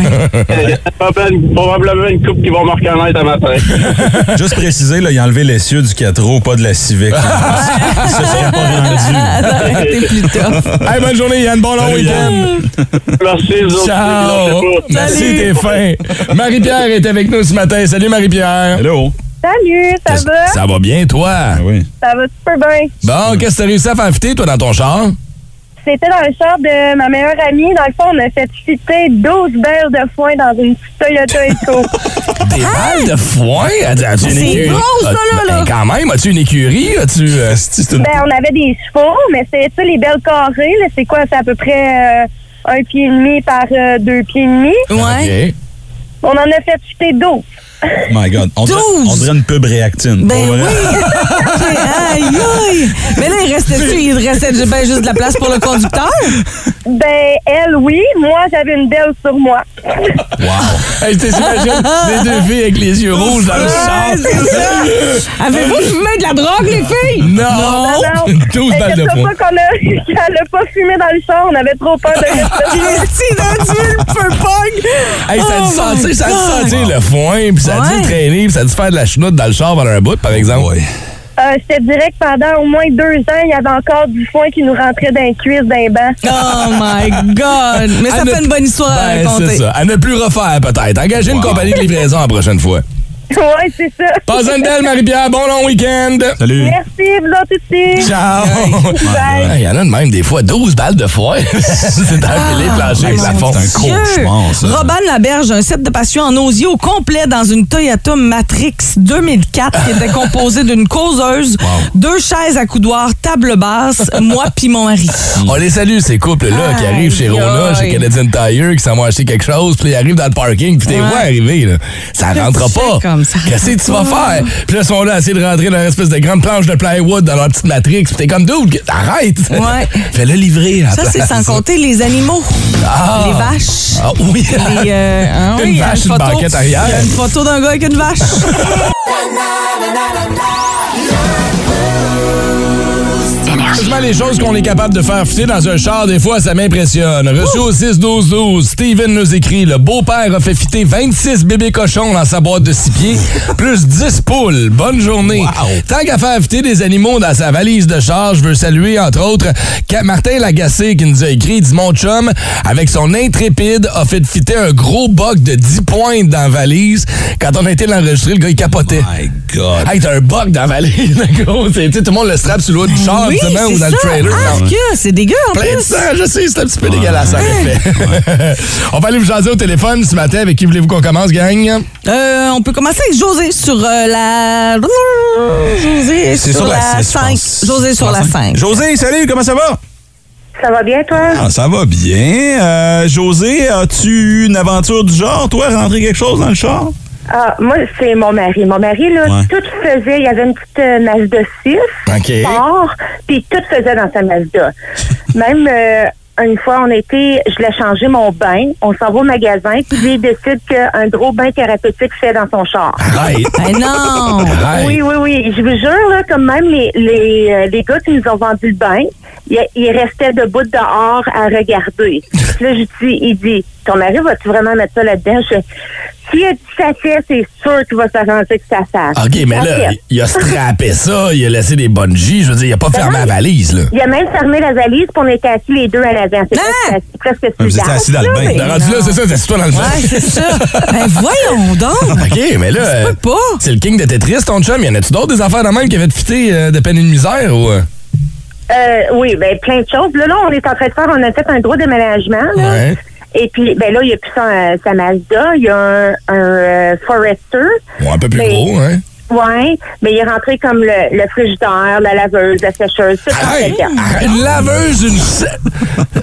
Il y a probablement- probablement une coupe qui vont me reconnaître un matin.
Juste préciser, là, il a enlevé l'essieu du 4 roues, pas de la Civic. Ils se sont pas rendus.
T'es plus tough.
Hey, bonne journée, Yann. Bon long week-end.
Merci, vous autres.
Ciao.
Vous lâchez pas.
Merci, t'es fin. Marie-Pierre est avec nous ce matin. Salut, Marie-Pierre.
Hello.
Salut, ça va?
Ça va bien, toi?
Ah oui.
Ça va super bien.
Bon, qu'est-ce que t'as réussi à faire fitter, toi, dans ton char?
C'était dans le char de ma meilleure amie. Dans le fond, on a fait fitter 12 belles de foin dans une petite Toyota Echo.
Des balles de foin? C'est
Ah! gros, ça, là, là.
Ah, ben, Quand même, as-tu une écurie? As-tu... euh,
ben, on avait des chevaux, mais c'était ça, les belles carrées. là. C'est quoi? C'est à peu près euh, un pied et demi par euh, deux pieds et demi.
Ouais.
Ah, OK.
On en a fait fitter 12.
My God. On dirait,
12.
on dirait une pub réactine.
Ben
Pour
oui!
vrai.
aïe, aïe! Mais là, il restait-tu? Il restait ben juste de la place pour le conducteur?
Ben, elle, oui. Moi, j'avais une belle sur moi.
Oh! Hey, je t'imagine les deux filles avec les yeux rouges dans Ah, le char.
Ouais, c'est ça! Avez-vous fumé de la drogue, les filles?
Non!
Alors,
12 balles de
inquiète-toi
foin.
pas qu'on a, qu'elle a pas fumé dans le char. On avait trop peur de
Christine, as-tu le feu pong?
Hey, ça a dû
Oh my
sentir, ça a dû
God.
sentir le foin, puis ça a
Ouais.
dû traîner, puis ça a dû faire de la chenoute dans le char pendant un bout, par exemple. Oui.
Euh, je te dirais que pendant au moins deux ans, il y avait encore du foin qui nous rentrait dans les cuisses, dans les bancs.
Oh my God! Mais ça
Anne-
fait une bonne histoire à
Ben,
raconter.
c'est ça. À ne plus refaire, peut-être. Engagez une compagnie de livraison la prochaine fois.
ouais, c'est ça.
Passe une belle, Marie-Pierre. Bon long week-end.
Salut.
Merci, vous autres aussi.
Ciao. Il y en a de même, des fois, 12 balles de foin. C'est dans
Ah.
les planchers avec la
mon
fonte.
C'est un
Dieu!
cauchemar, ça.
Robin Laberge, un set de passion en osier au complet dans une Toyota Matrix 2004 qui était composée d'une causeuse, deux chaises à coudoir, table basse, moi puis mon mari.
On les salue, ces couples-là, qui arrivent chez
Aïe,
Rona,
aïe.
chez Canadian Tire, qui s'en vont acheter quelque chose, puis ils arrivent dans le parking, puis t'es
Ouais.
vois arriver, là. Ça
Qu'est-ce
rentre
que tu
pas.
fais comme ça? Oh.
Qu'est-ce que tu vas
Rentre pas.
faire? Puis là, ils sont là à essayer de rentrer dans une espèce de grande planche de plywood dans leur petite matrix, puis t'es comme, dude, arrête!
Ouais.
Fais-le livrer, à la
Ça, c'est
place.
sans compter les animaux, les vaches.
Ah oui!
les, euh, hein,
Une
oui, il y a
vache, une
photo-
banquette arrière.
il y a Une photo d'un gars avec une vache.
Franchement, les choses qu'on est capable de faire fitter dans un char, des fois, ça m'impressionne. Reçu au 6-12-12, Steven nous écrit Le beau-père a fait fitter 26 bébés cochons dans sa boîte de 6 pieds, plus 10 poules. Bonne journée. Tant qu'à faire fitter des animaux dans sa valise de char, je veux saluer, entre autres, Ca- Martin Lagacé qui nous a écrit il dit Mon chum, avec son intrépide, a fait fitter un gros boc de 10 pointes dans la valise. Quand on a été l'enregistrer, le gars, il capotait.
My God.
Hey, t'as un bug dans la valise, le gros. C'est- tu sais, Tout le monde le strap sur l'autre du char,
oui,
justement, ou
c'est
dans le
ça.
trailer.
Ah,
Non.
que c'est dégueu en
Plein de
plus.
sang, je sais, c'est un petit peu dégueulasse en effet. On va aller vous jaser au téléphone ce matin. Avec qui voulez-vous qu'on commence, gang?
Euh, on peut commencer avec José sur euh, la. José sur, la,
six, je
5.
pense.
José sur la 5.
José, salut, comment ça va?
Ça va bien, toi?
Ah, ça va bien. Euh, José, as-tu eu une aventure du genre, toi, rentrer quelque chose dans le char?
Ah, moi, c'est mon mari. Mon mari, là,
Ouais.
tout faisait. Il y avait une petite euh, Mazda 6,
OK.
sport, puis tout faisait dans sa Mazda. Même euh, une fois, on était, je l'ai changé mon bain. On s'en va au magasin, puis lui, il décide qu'un gros bain thérapeutique fait dans son char.
Arrête.
Ah non!
Arrête.
Oui, oui, oui. Je vous jure, là, comme même les, les, euh, les gars qui nous ont vendu le bain, ils ils restaient debout dehors à regarder. Puis là, je dis, il dit, ton mari, vas-tu vraiment mettre ça là-dedans? Je fais, si il a dit ça fait, c'est sûr qu'il va s'arranger que ça fasse.
OK, mais
Ça
là,
fait.
il a strappé ça, il a laissé des bungees. Je veux dire, il a pas fermé la valise, là.
Il a même fermé la valise, puis on était assis les deux à l'avant. C'est
Hein?
presque- presque
Vous étiez
suffisant.
assis dans le bain.
Le rendu là, c'est ça, c'est toi dans le fond.
Ouais, c'est ça. ben voyons donc!
OK, mais là. euh,
peut pas.
C'est le king de Tetris, ton chum. Y en a-tu d'autres des affaires de même qui avaient de fitter euh, de peine et de misère ou. euh?
Euh, oui, ben plein de choses. Là, là, on est en train de faire, on a fait un gros déménagement.
Euh,
Là.
Ouais.
Et puis, ben là, il n'y a plus sa, sa Mazda, il y a un, un, euh, Forester.
Bon, un peu plus
Mais-
gros, hein?
Ouais, mais il est rentré comme le, le frigidaire, la laveuse, la sécheuse, tout ça.
Hey, une laveuse, une...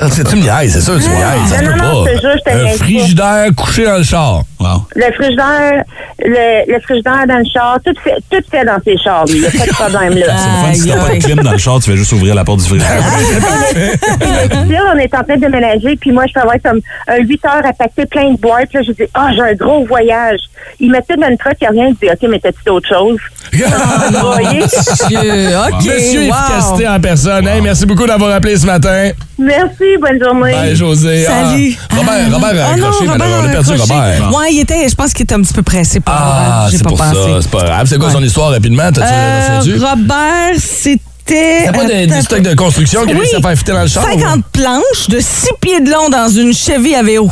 C'est- tu me niaises, c'est sûr, tu me niaises, ça se
Non,
peut
non, non, je te jure, je
pas.
te
Un
niaise pas.
frigidaire couché dans le char.
Wow.
Le frigidaire, le, le frigidaire dans le char, tout fait, tout fait dans ses chars, lui. Il n'y a pas de problème, là.
C'est le fun, si t'as pas de clim dans le char, tu fais juste ouvrir la porte du frigidaire.
Puis Là, on est en train de déménager, puis moi, je travaille comme un 8 heures à paqueter plein de boîtes. Là, je dis, ah, j'ai un gros voyage. Il met tout dans une truck, il revient, il dit, OK, mais t'as-tu d'autres choses? Ah, Vous voyez?
Monsieur, OK.
Monsieur
wow.
Efficacité ah, en personne. Hey, merci beaucoup d'avoir appelé ce matin.
Merci, bonne journée.
Bye, José. Ah,
Salut.
Robert, Robert a
Ah non,
accroché,
Robert
madame. On a perdu
accroché.
Robert.
Ouais, il était, je pense qu'il était un petit peu pressé pour
Ah,
Robert. J'ai
c'est
pas
pour
pensé.
ça. C'est pas grave. C'est quoi son histoire rapidement? T'as-tu
Euh,
tu
Robert, c'était.
T'as pas des, des
Attends,
stocks de construction qui
Oui.
réussissent à faire fitter dans le char?
50 planches de 6 pieds de long dans une Chevy Aveo.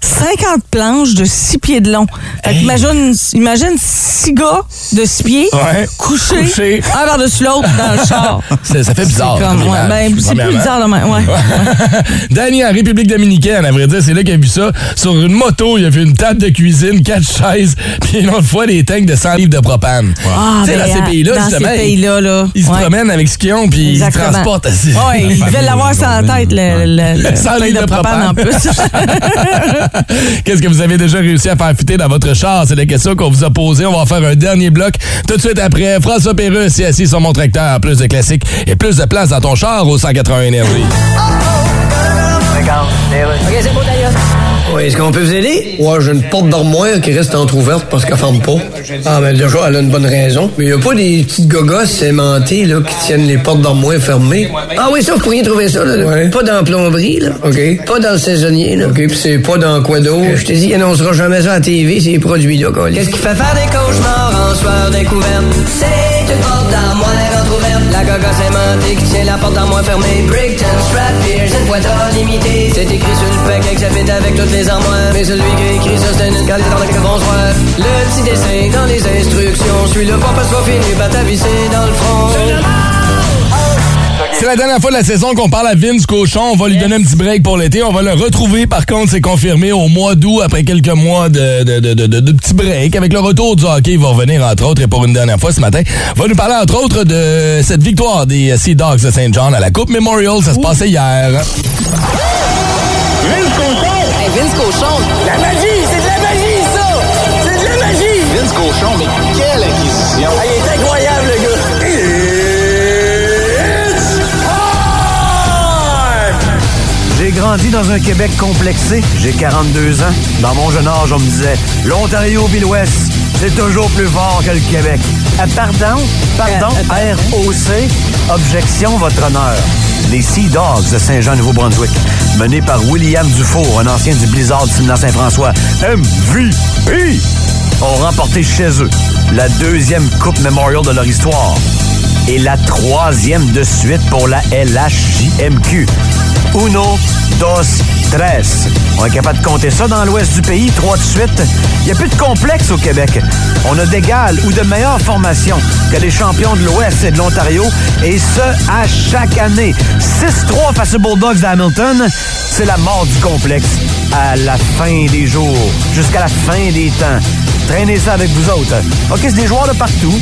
50 planches de 6 pieds de long. Fait qu'imagine- imagine 6 gars de 6 pieds
Ouais.
couchés,
Couchés.
un par-dessus l'autre dans le char.
Ça, ça fait bizarre.
C'est comme,
comme
ouais,
image,
ben, c'est plus
premièrement.
bizarre demain. Ouais.
Danny en République dominicaine, à vrai dire, c'est là qu'il a vu ça. Sur une moto, il a vu une table de cuisine, quatre chaises, puis une autre fois des tanks de 100 livres de propane.
Ah,
Tu sais,
ben,
dans ces pays-là,
dans
justement,
ces
ils-
pays-là, là.
Ils se
Ouais.
promènent avec ce qu'ils ont, puis ils se
Exactement.
transportent.
Ouais, ils
famille,
devaient l'avoir sur la
aujourd'hui.
tête, le, le, le,
Le sans
plein
litre
de
de
propane en
propane.
plus.
Qu'est-ce que vous avez déjà réussi à faire fitter dans votre char? C'est la question qu'on vous a posée. On va en faire un dernier bloc tout de suite après. François Pérusse est assis sur mon tracteur. Plus de classiques et plus de place dans ton char au 180 Énergie.
Oui, est-ce qu'on peut vous aider? Ouais, j'ai une porte d'armoire qui reste entr'ouverte parce qu'elle ferme pas. Ah, mais déjà, elle a une bonne raison. Mais y a pas des petites gogosses aimantées, là, qui tiennent les portes d'armoire fermées? Ah oui, ça, vous pourriez trouver ça, là. Pas dans la plomberie, là. OK. Pas dans le saisonnier, là. OK, puis c'est pas dans quoi d'autre? Je t'ai dit, il annoncera jamais ça à la TV, ces produits-là, Qu'est-ce qui fait faire des cauchemars en soir découverte? C'est une porte d'armoire entr'ouverte. La gogosse aimantée qui tient la porte d'armoire fermée. Brickton, strap, beers, une boîte limitée. C'est écrit sur le paquet que ça fait avec toutes les armoires. Mais celui qui a écrit ça, c'est une galère dans le bonsoir. Le petit dessin dans les instructions. Suis le pas soit fini, ben, pas t'aviser dans le front.
C'est la dernière fois de la saison qu'on parle à Vince Cochon. On va lui donner un petit break pour l'été. On va le retrouver, par contre, c'est confirmé au mois d'août, après quelques mois de, de, de, de, de- de petits breaks. Avec le retour du hockey, il va revenir, entre autres, et pour une dernière fois ce matin, va nous parler, entre autres, de cette victoire des euh, Sea Dogs de St. John à la Coupe Memorial. Ça se passait hier.
Vince Cochon. La magie, c'est de la magie, ça! C'est de la magie! Vince Cochon, mais quelle acquisition! Ah, il est incroyable, le gars! It's time!
J'ai grandi dans un Québec complexé. J'ai 42 ans. Dans mon jeune âge, on me disait l'Ontario puis l'Ouest, c'est toujours plus fort que le Québec. Ah, pardon, pardon, ROC, objection, votre honneur. Les Sea Dogs de Saint-Jean-Nouveau-Brunswick, menés par William Dufour, un ancien du Blizzard du Séminaire Saint-François, MVP, ont remporté chez eux la deuxième Coupe Memorial de leur histoire et la troisième de suite pour la
E,
LHJMQ. Uno, dos, tres. On est capable de compter ça dans l'ouest du pays, trois de suite. Il n'y a plus de complexe au Québec. On a d'égal ou de meilleure formation que les champions de l'Ouest et de l'Ontario, et ce, à chaque année. 6-3 face aux Bulldogs d'Hamilton, c'est la mort du complexe à la fin des jours, jusqu'à la fin des temps. Traînez ça avec vous autres. OK, c'est des joueurs de partout.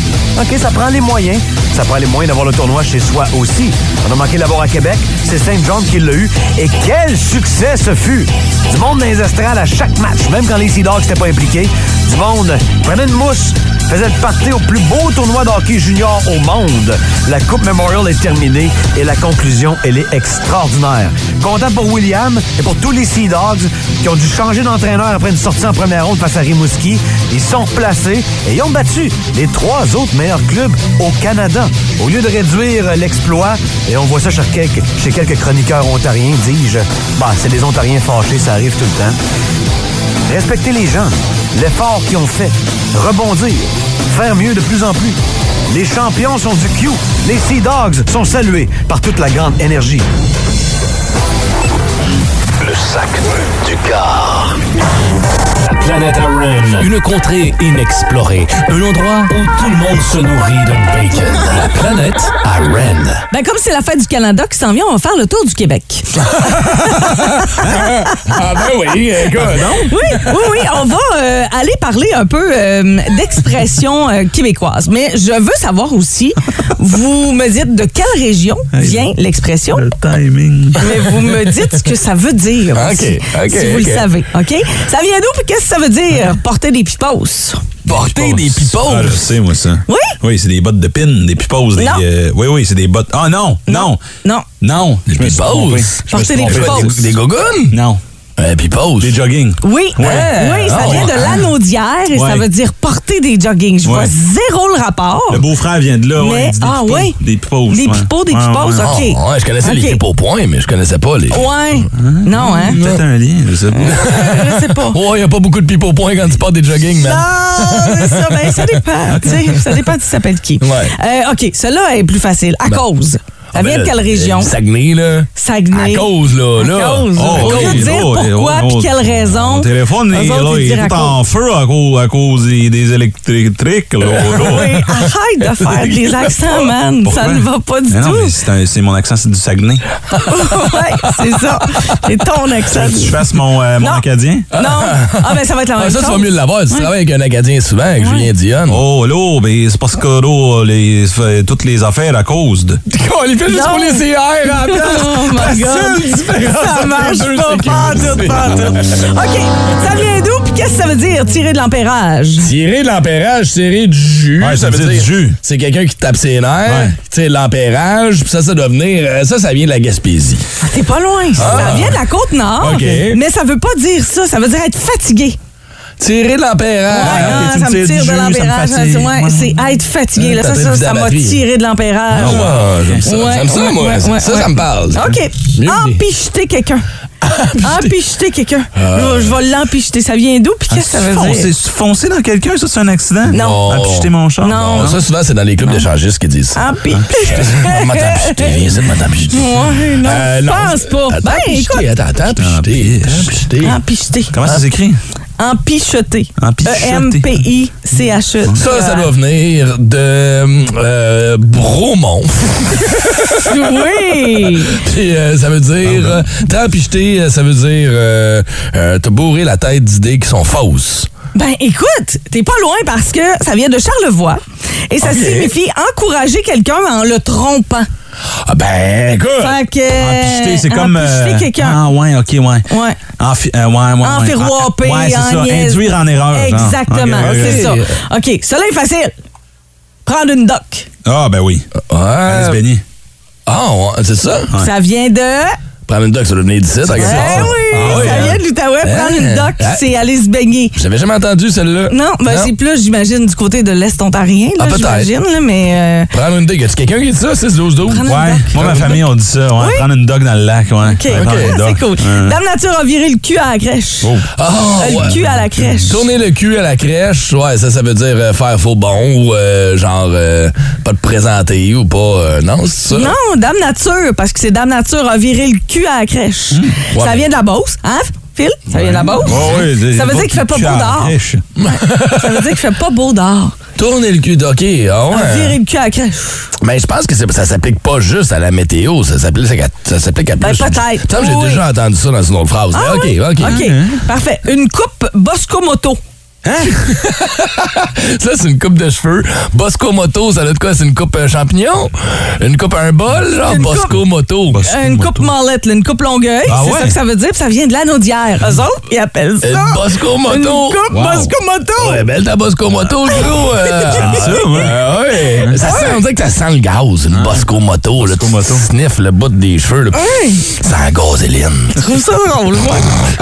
OK, ça prend les moyens. Ça prend les moyens d'avoir le tournoi chez soi aussi. On a manqué de l'avoir à Québec. C'est Saint-Jean qui l'a eu. Et quel succès ce fut! Du monde dans les estrades à chaque match, même quand les Sea Dogs n'étaient pas impliqués. Du monde prenait une mousse, faisait partie au plus beau tournoi d'hockey junior au monde. La Coupe Memorial est terminée et la conclusion, elle est extraordinaire. Content pour William et pour tous les Sea Dogs qui ont dû changer d'entraîneur après une sortie en première ronde face à Rimouski. Ils sont replacés et ils ont battu les trois autres meilleurs clubs au Canada. Au lieu de réduire l'exploit, et on voit ça chez quelques, chez quelques chroniqueurs ontariens, dis-je, bah, c'est des Ontariens fâchés, ça arrive tout le temps. Respecter les gens, l'effort qu'ils ont fait, rebondir, faire mieux de plus en plus. Les champions sont du Q. Les Sea Dogs sont salués par toute la grande énergie.
Le sac du car.
Planète Aren. Une contrée inexplorée. Un endroit où tout le monde se nourrit de bacon. La planète Aren.
Ben, comme c'est la fête du Canada qui s'en vient, on va faire le tour du Québec.
Ah ben oui, écoute, non?
Oui, oui, oui, on va euh, aller parler un peu euh, d'expression euh, québécoise. Mais je veux savoir aussi, vous me dites de quelle région vient l'expression. Le
timing.
Mais vous me dites ce que ça veut dire.
OK,
aussi,
OK,
Si vous
OK.
le savez, OK? Ça vient d'où puis qu'est-ce que ça veut dire? Porter des pipos.
Porter des pipos. Ah, je sais, moi, ça.
Oui?
Oui, c'est des bottes de pin, des pipos. Des,
Non.
euh, oui, oui, c'est des bottes. Ah, non, non.
Non.
Non. Je me suis trompé. Je me suis
Porter des
trompé.
pipos.
Des gogoons? Non.
Euh,
Des pipos. Des jogging.
Oui,
Ouais.
euh, oui, ça
Ah,
vient
ouais.
de l'anneau d'hier et ça
Ouais.
veut dire porter des joggings. Je vois
Ouais.
zéro le rapport.
Le beau-frère vient de là.
Mais-
ouais, il dit des
ah,
pipos.
oui.
Des pipos.
Des
ouais.
pipos, des
Ouais,
pipos,
ouais.
OK.
Ah,
Ah,
Ouais, je connaissais
OK.
les équipes au point, mais je connaissais pas les.
Ouais. Non, hein? Euh,
Peut-être un lien, je sais pas.
Je sais pas.
Oh,
Ouais, y a pas beaucoup de pipes au point quand tu portes des jogging, man.
Non, c'est ça, ben, ça dépend. tu sais, ça dépend de ça s'appelle qui. Euh, OK, cela est plus facile. À cause. Ça
ben,
vient de quelle région?
Euh,
euh,
Saguenay, là.
Saguenay.
À cause, là.
À
là.
oh,
cause. Oh, Au lieu de dire pourquoi puis quelle raison,
Mon téléphone
eux
est,
autres,
là,
ils
il est
dirent à
tout en feu à cause, à cause des, des électriques. Là,
Oui, arrête de faire des accents, man.
Pourquoi?
Ça ne va pas du
Mais Non,
tout.
mais c'est un- c'est mon accent, c'est du Saguenay.
ouais, c'est ça. C'est ton
Tu
accent.
veux que je fasse mon, euh, mon acadien?
Non. Ah, ben, ça va être la même
Ah, ça, tu vas
chose.
mieux l'avoir. Tu
Ouais.
travailles avec un Acadien souvent, avec Julien Dionne.
Oh, là, ben, c'est parce que là, les, fait toutes les affaires à cause de.
On les fait juste
Non.
pour les hein, CR à la place.
Oh
La
my
seule
God.
différence
Ça
entre
marche
les deux,
pas,
c'est
pas en
que-
tout, pas en tout. OK, ça vient d'où puis qu'est-ce que ça veut dire, tirer de l'empérage?
Tirer de l'empérage, tirer du jus.
Ouais, ça veut dire du jus.
C'est quelqu'un qui te tape ses nerfs.
Ouais.
Tu sais, l'empérage, puis ça, ça doit venir. euh, Ça, ça vient de la Gaspésie.
Ah, T'es pas loin. Ça vient de la Côte-Nord,
OK.
mais ça veut pas dire ça. Ça veut dire être fatigué.
Tirer de l'empérage.
Ah, ça me tire de l'empérage. hein, c'est- ouais, C'est être fatigué. Là,
T'as
ça,
de la
ça, ça m'a
batterie.
tiré de
Ah,
l'empérage.
ouais, j'aime ça.
Ouais,
j'aime ça,
ouais,
moi.
ouais,
ça,
ouais,
ça,
ouais.
me parle.
OK. Ah,
Mieux que des-
Empicheter quelqu'un. Empicheter quelqu'un. Là, Je vais l'empicheter. Ça vient d'où? Puis qu'est-ce que ça veut
Foncer,
dire?
foncer dans quelqu'un, ça, c'est un accident?
Non.
Ah, puis jeter mon char?
Non. Ah,
Ça, souvent, c'est dans les clubs d'échangistes qui disent ça. Hein?
Empicheter.
Maman, t'as picheté, viens ici, maman, t'as picheté.
Ouais, non,
Euh,
je
non,
pense pas.
Attends,
Ben, écoute,
picheté, attends, attends,
Ah,
picheté, attends, picheté.
empicheter.
Comment ça s'écrit?
Empicheter. E
Empicheter.
E-M-P-I-C-H-E.
Ça, ça
Euh,
doit venir de euh, Bromont.
Oui!
Puis euh, ça veut dire. euh, T'as picheté, euh, ça veut dire. Euh, euh, T'as bourré la tête d'idées qui sont fausses.
Ben écoute, t'es pas loin parce que ça vient de Charlevoix et ça
Ok.
signifie encourager quelqu'un en le trompant.
Ah ben, écoute!
Fait que
Empicheter, c'est comme.
empicheter
euh,
quelqu'un.
Ah, ouais, ok, ouais.
Ouais.
Enfi euh, ouais, ouais, ouais.
En faire roper,
Ah, Ouais, c'est
en
ça.
niaise.
Induire en erreur. genre.
Exactement,
Ok, ok,
c'est
ok.
ça. OK, cela est facile. Prendre une doc.
Ah, ben oui.
Euh,
Aller se
Ouais.
baigner.
Ah, ouais, c'est ça?
Ouais.
Ça vient de
Prendre une doc, ça doit venir d'ici, t'as
Eh
quelque part.
oui,
Ah oui,
ça
hein?
vient de l'Outaouais,
Eh.
prendre une doc,
Ah.
c'est aller se baigner.
J'avais jamais entendu celle-là.
Non, ben c'est plus j'imagine du côté de l'est ontarien
Ah,
là,
peut-être.
j'imagine là, mais euh,
Prendre une doc. Y'a-tu quelqu'un qui dit ça? 6-12-12?
Prendre une
Ouais.
doc.
Moi, ma famille, on dit ça. Ouais. Prendre une dog dans le lac. Ouais.
OK,
Ouais, prendre une
c'est
dogue.
cool.
Ouais.
Dame Nature a viré le cul à la crèche.
Oh.
Ah,
Euh,
ouais.
Le cul à la crèche.
Tourner le cul à la crèche, ouais, ça, ça veut dire euh, faire faux bon ou euh, genre euh, pas te présenter ou pas. euh, non, c'est ça?
Non, Dame Nature, parce que c'est Dame Nature a viré le cul à la crèche.
Ouais,
ça
mais-
vient de la Beauce, hein, Phil? Ça vient de la Beauce.
Ouais, ouais, c'est-
ça veut dire
c'est
qu'il fait pas
cul à
beau
la
dehors.
crèche.
Ça veut dire qu'il fait pas beau dehors.
Tourner le cul, ok, ah
A Virer
ouais.
le cul à la crèche.
Mais je pense que c'est- ça s'applique pas juste à la météo, ça s'applique à, ça s'applique à
Ben,
plus.
peut-être.
Ça, j'ai
Oui.
déjà entendu ça dans une autre phrase.
Ah,
mais ok, ok.
OK, parfait. Une coupe Bosco Moto.
Ça, c'est une coupe de cheveux. Bosco Moto, ça a de quoi? C'est une coupe euh, champignon? Une coupe un bol? Genre
Une
Bosco
coupe-
Moto.
Une coupe mallette, là, une coupe longueuil.
Ah
c'est
ouais?
ça que ça veut dire, puis ça vient de l'anneau d'hier. Eux autres, ils appellent
Une
ça.
Bosco Moto.
Une coupe
Wow.
Bosco Moto.
Ouais, belle ta Bosco Moto, gros. euh.
ça, moi.
Ah ouais. Ça sent, on dirait que ça sent le gaz, une Bosco Moto. Là, tu
Moto.
sniffes le bout des cheveux. Là.
Hey.
Ça sent la gazéline.
Je trouve ça drôle, moi.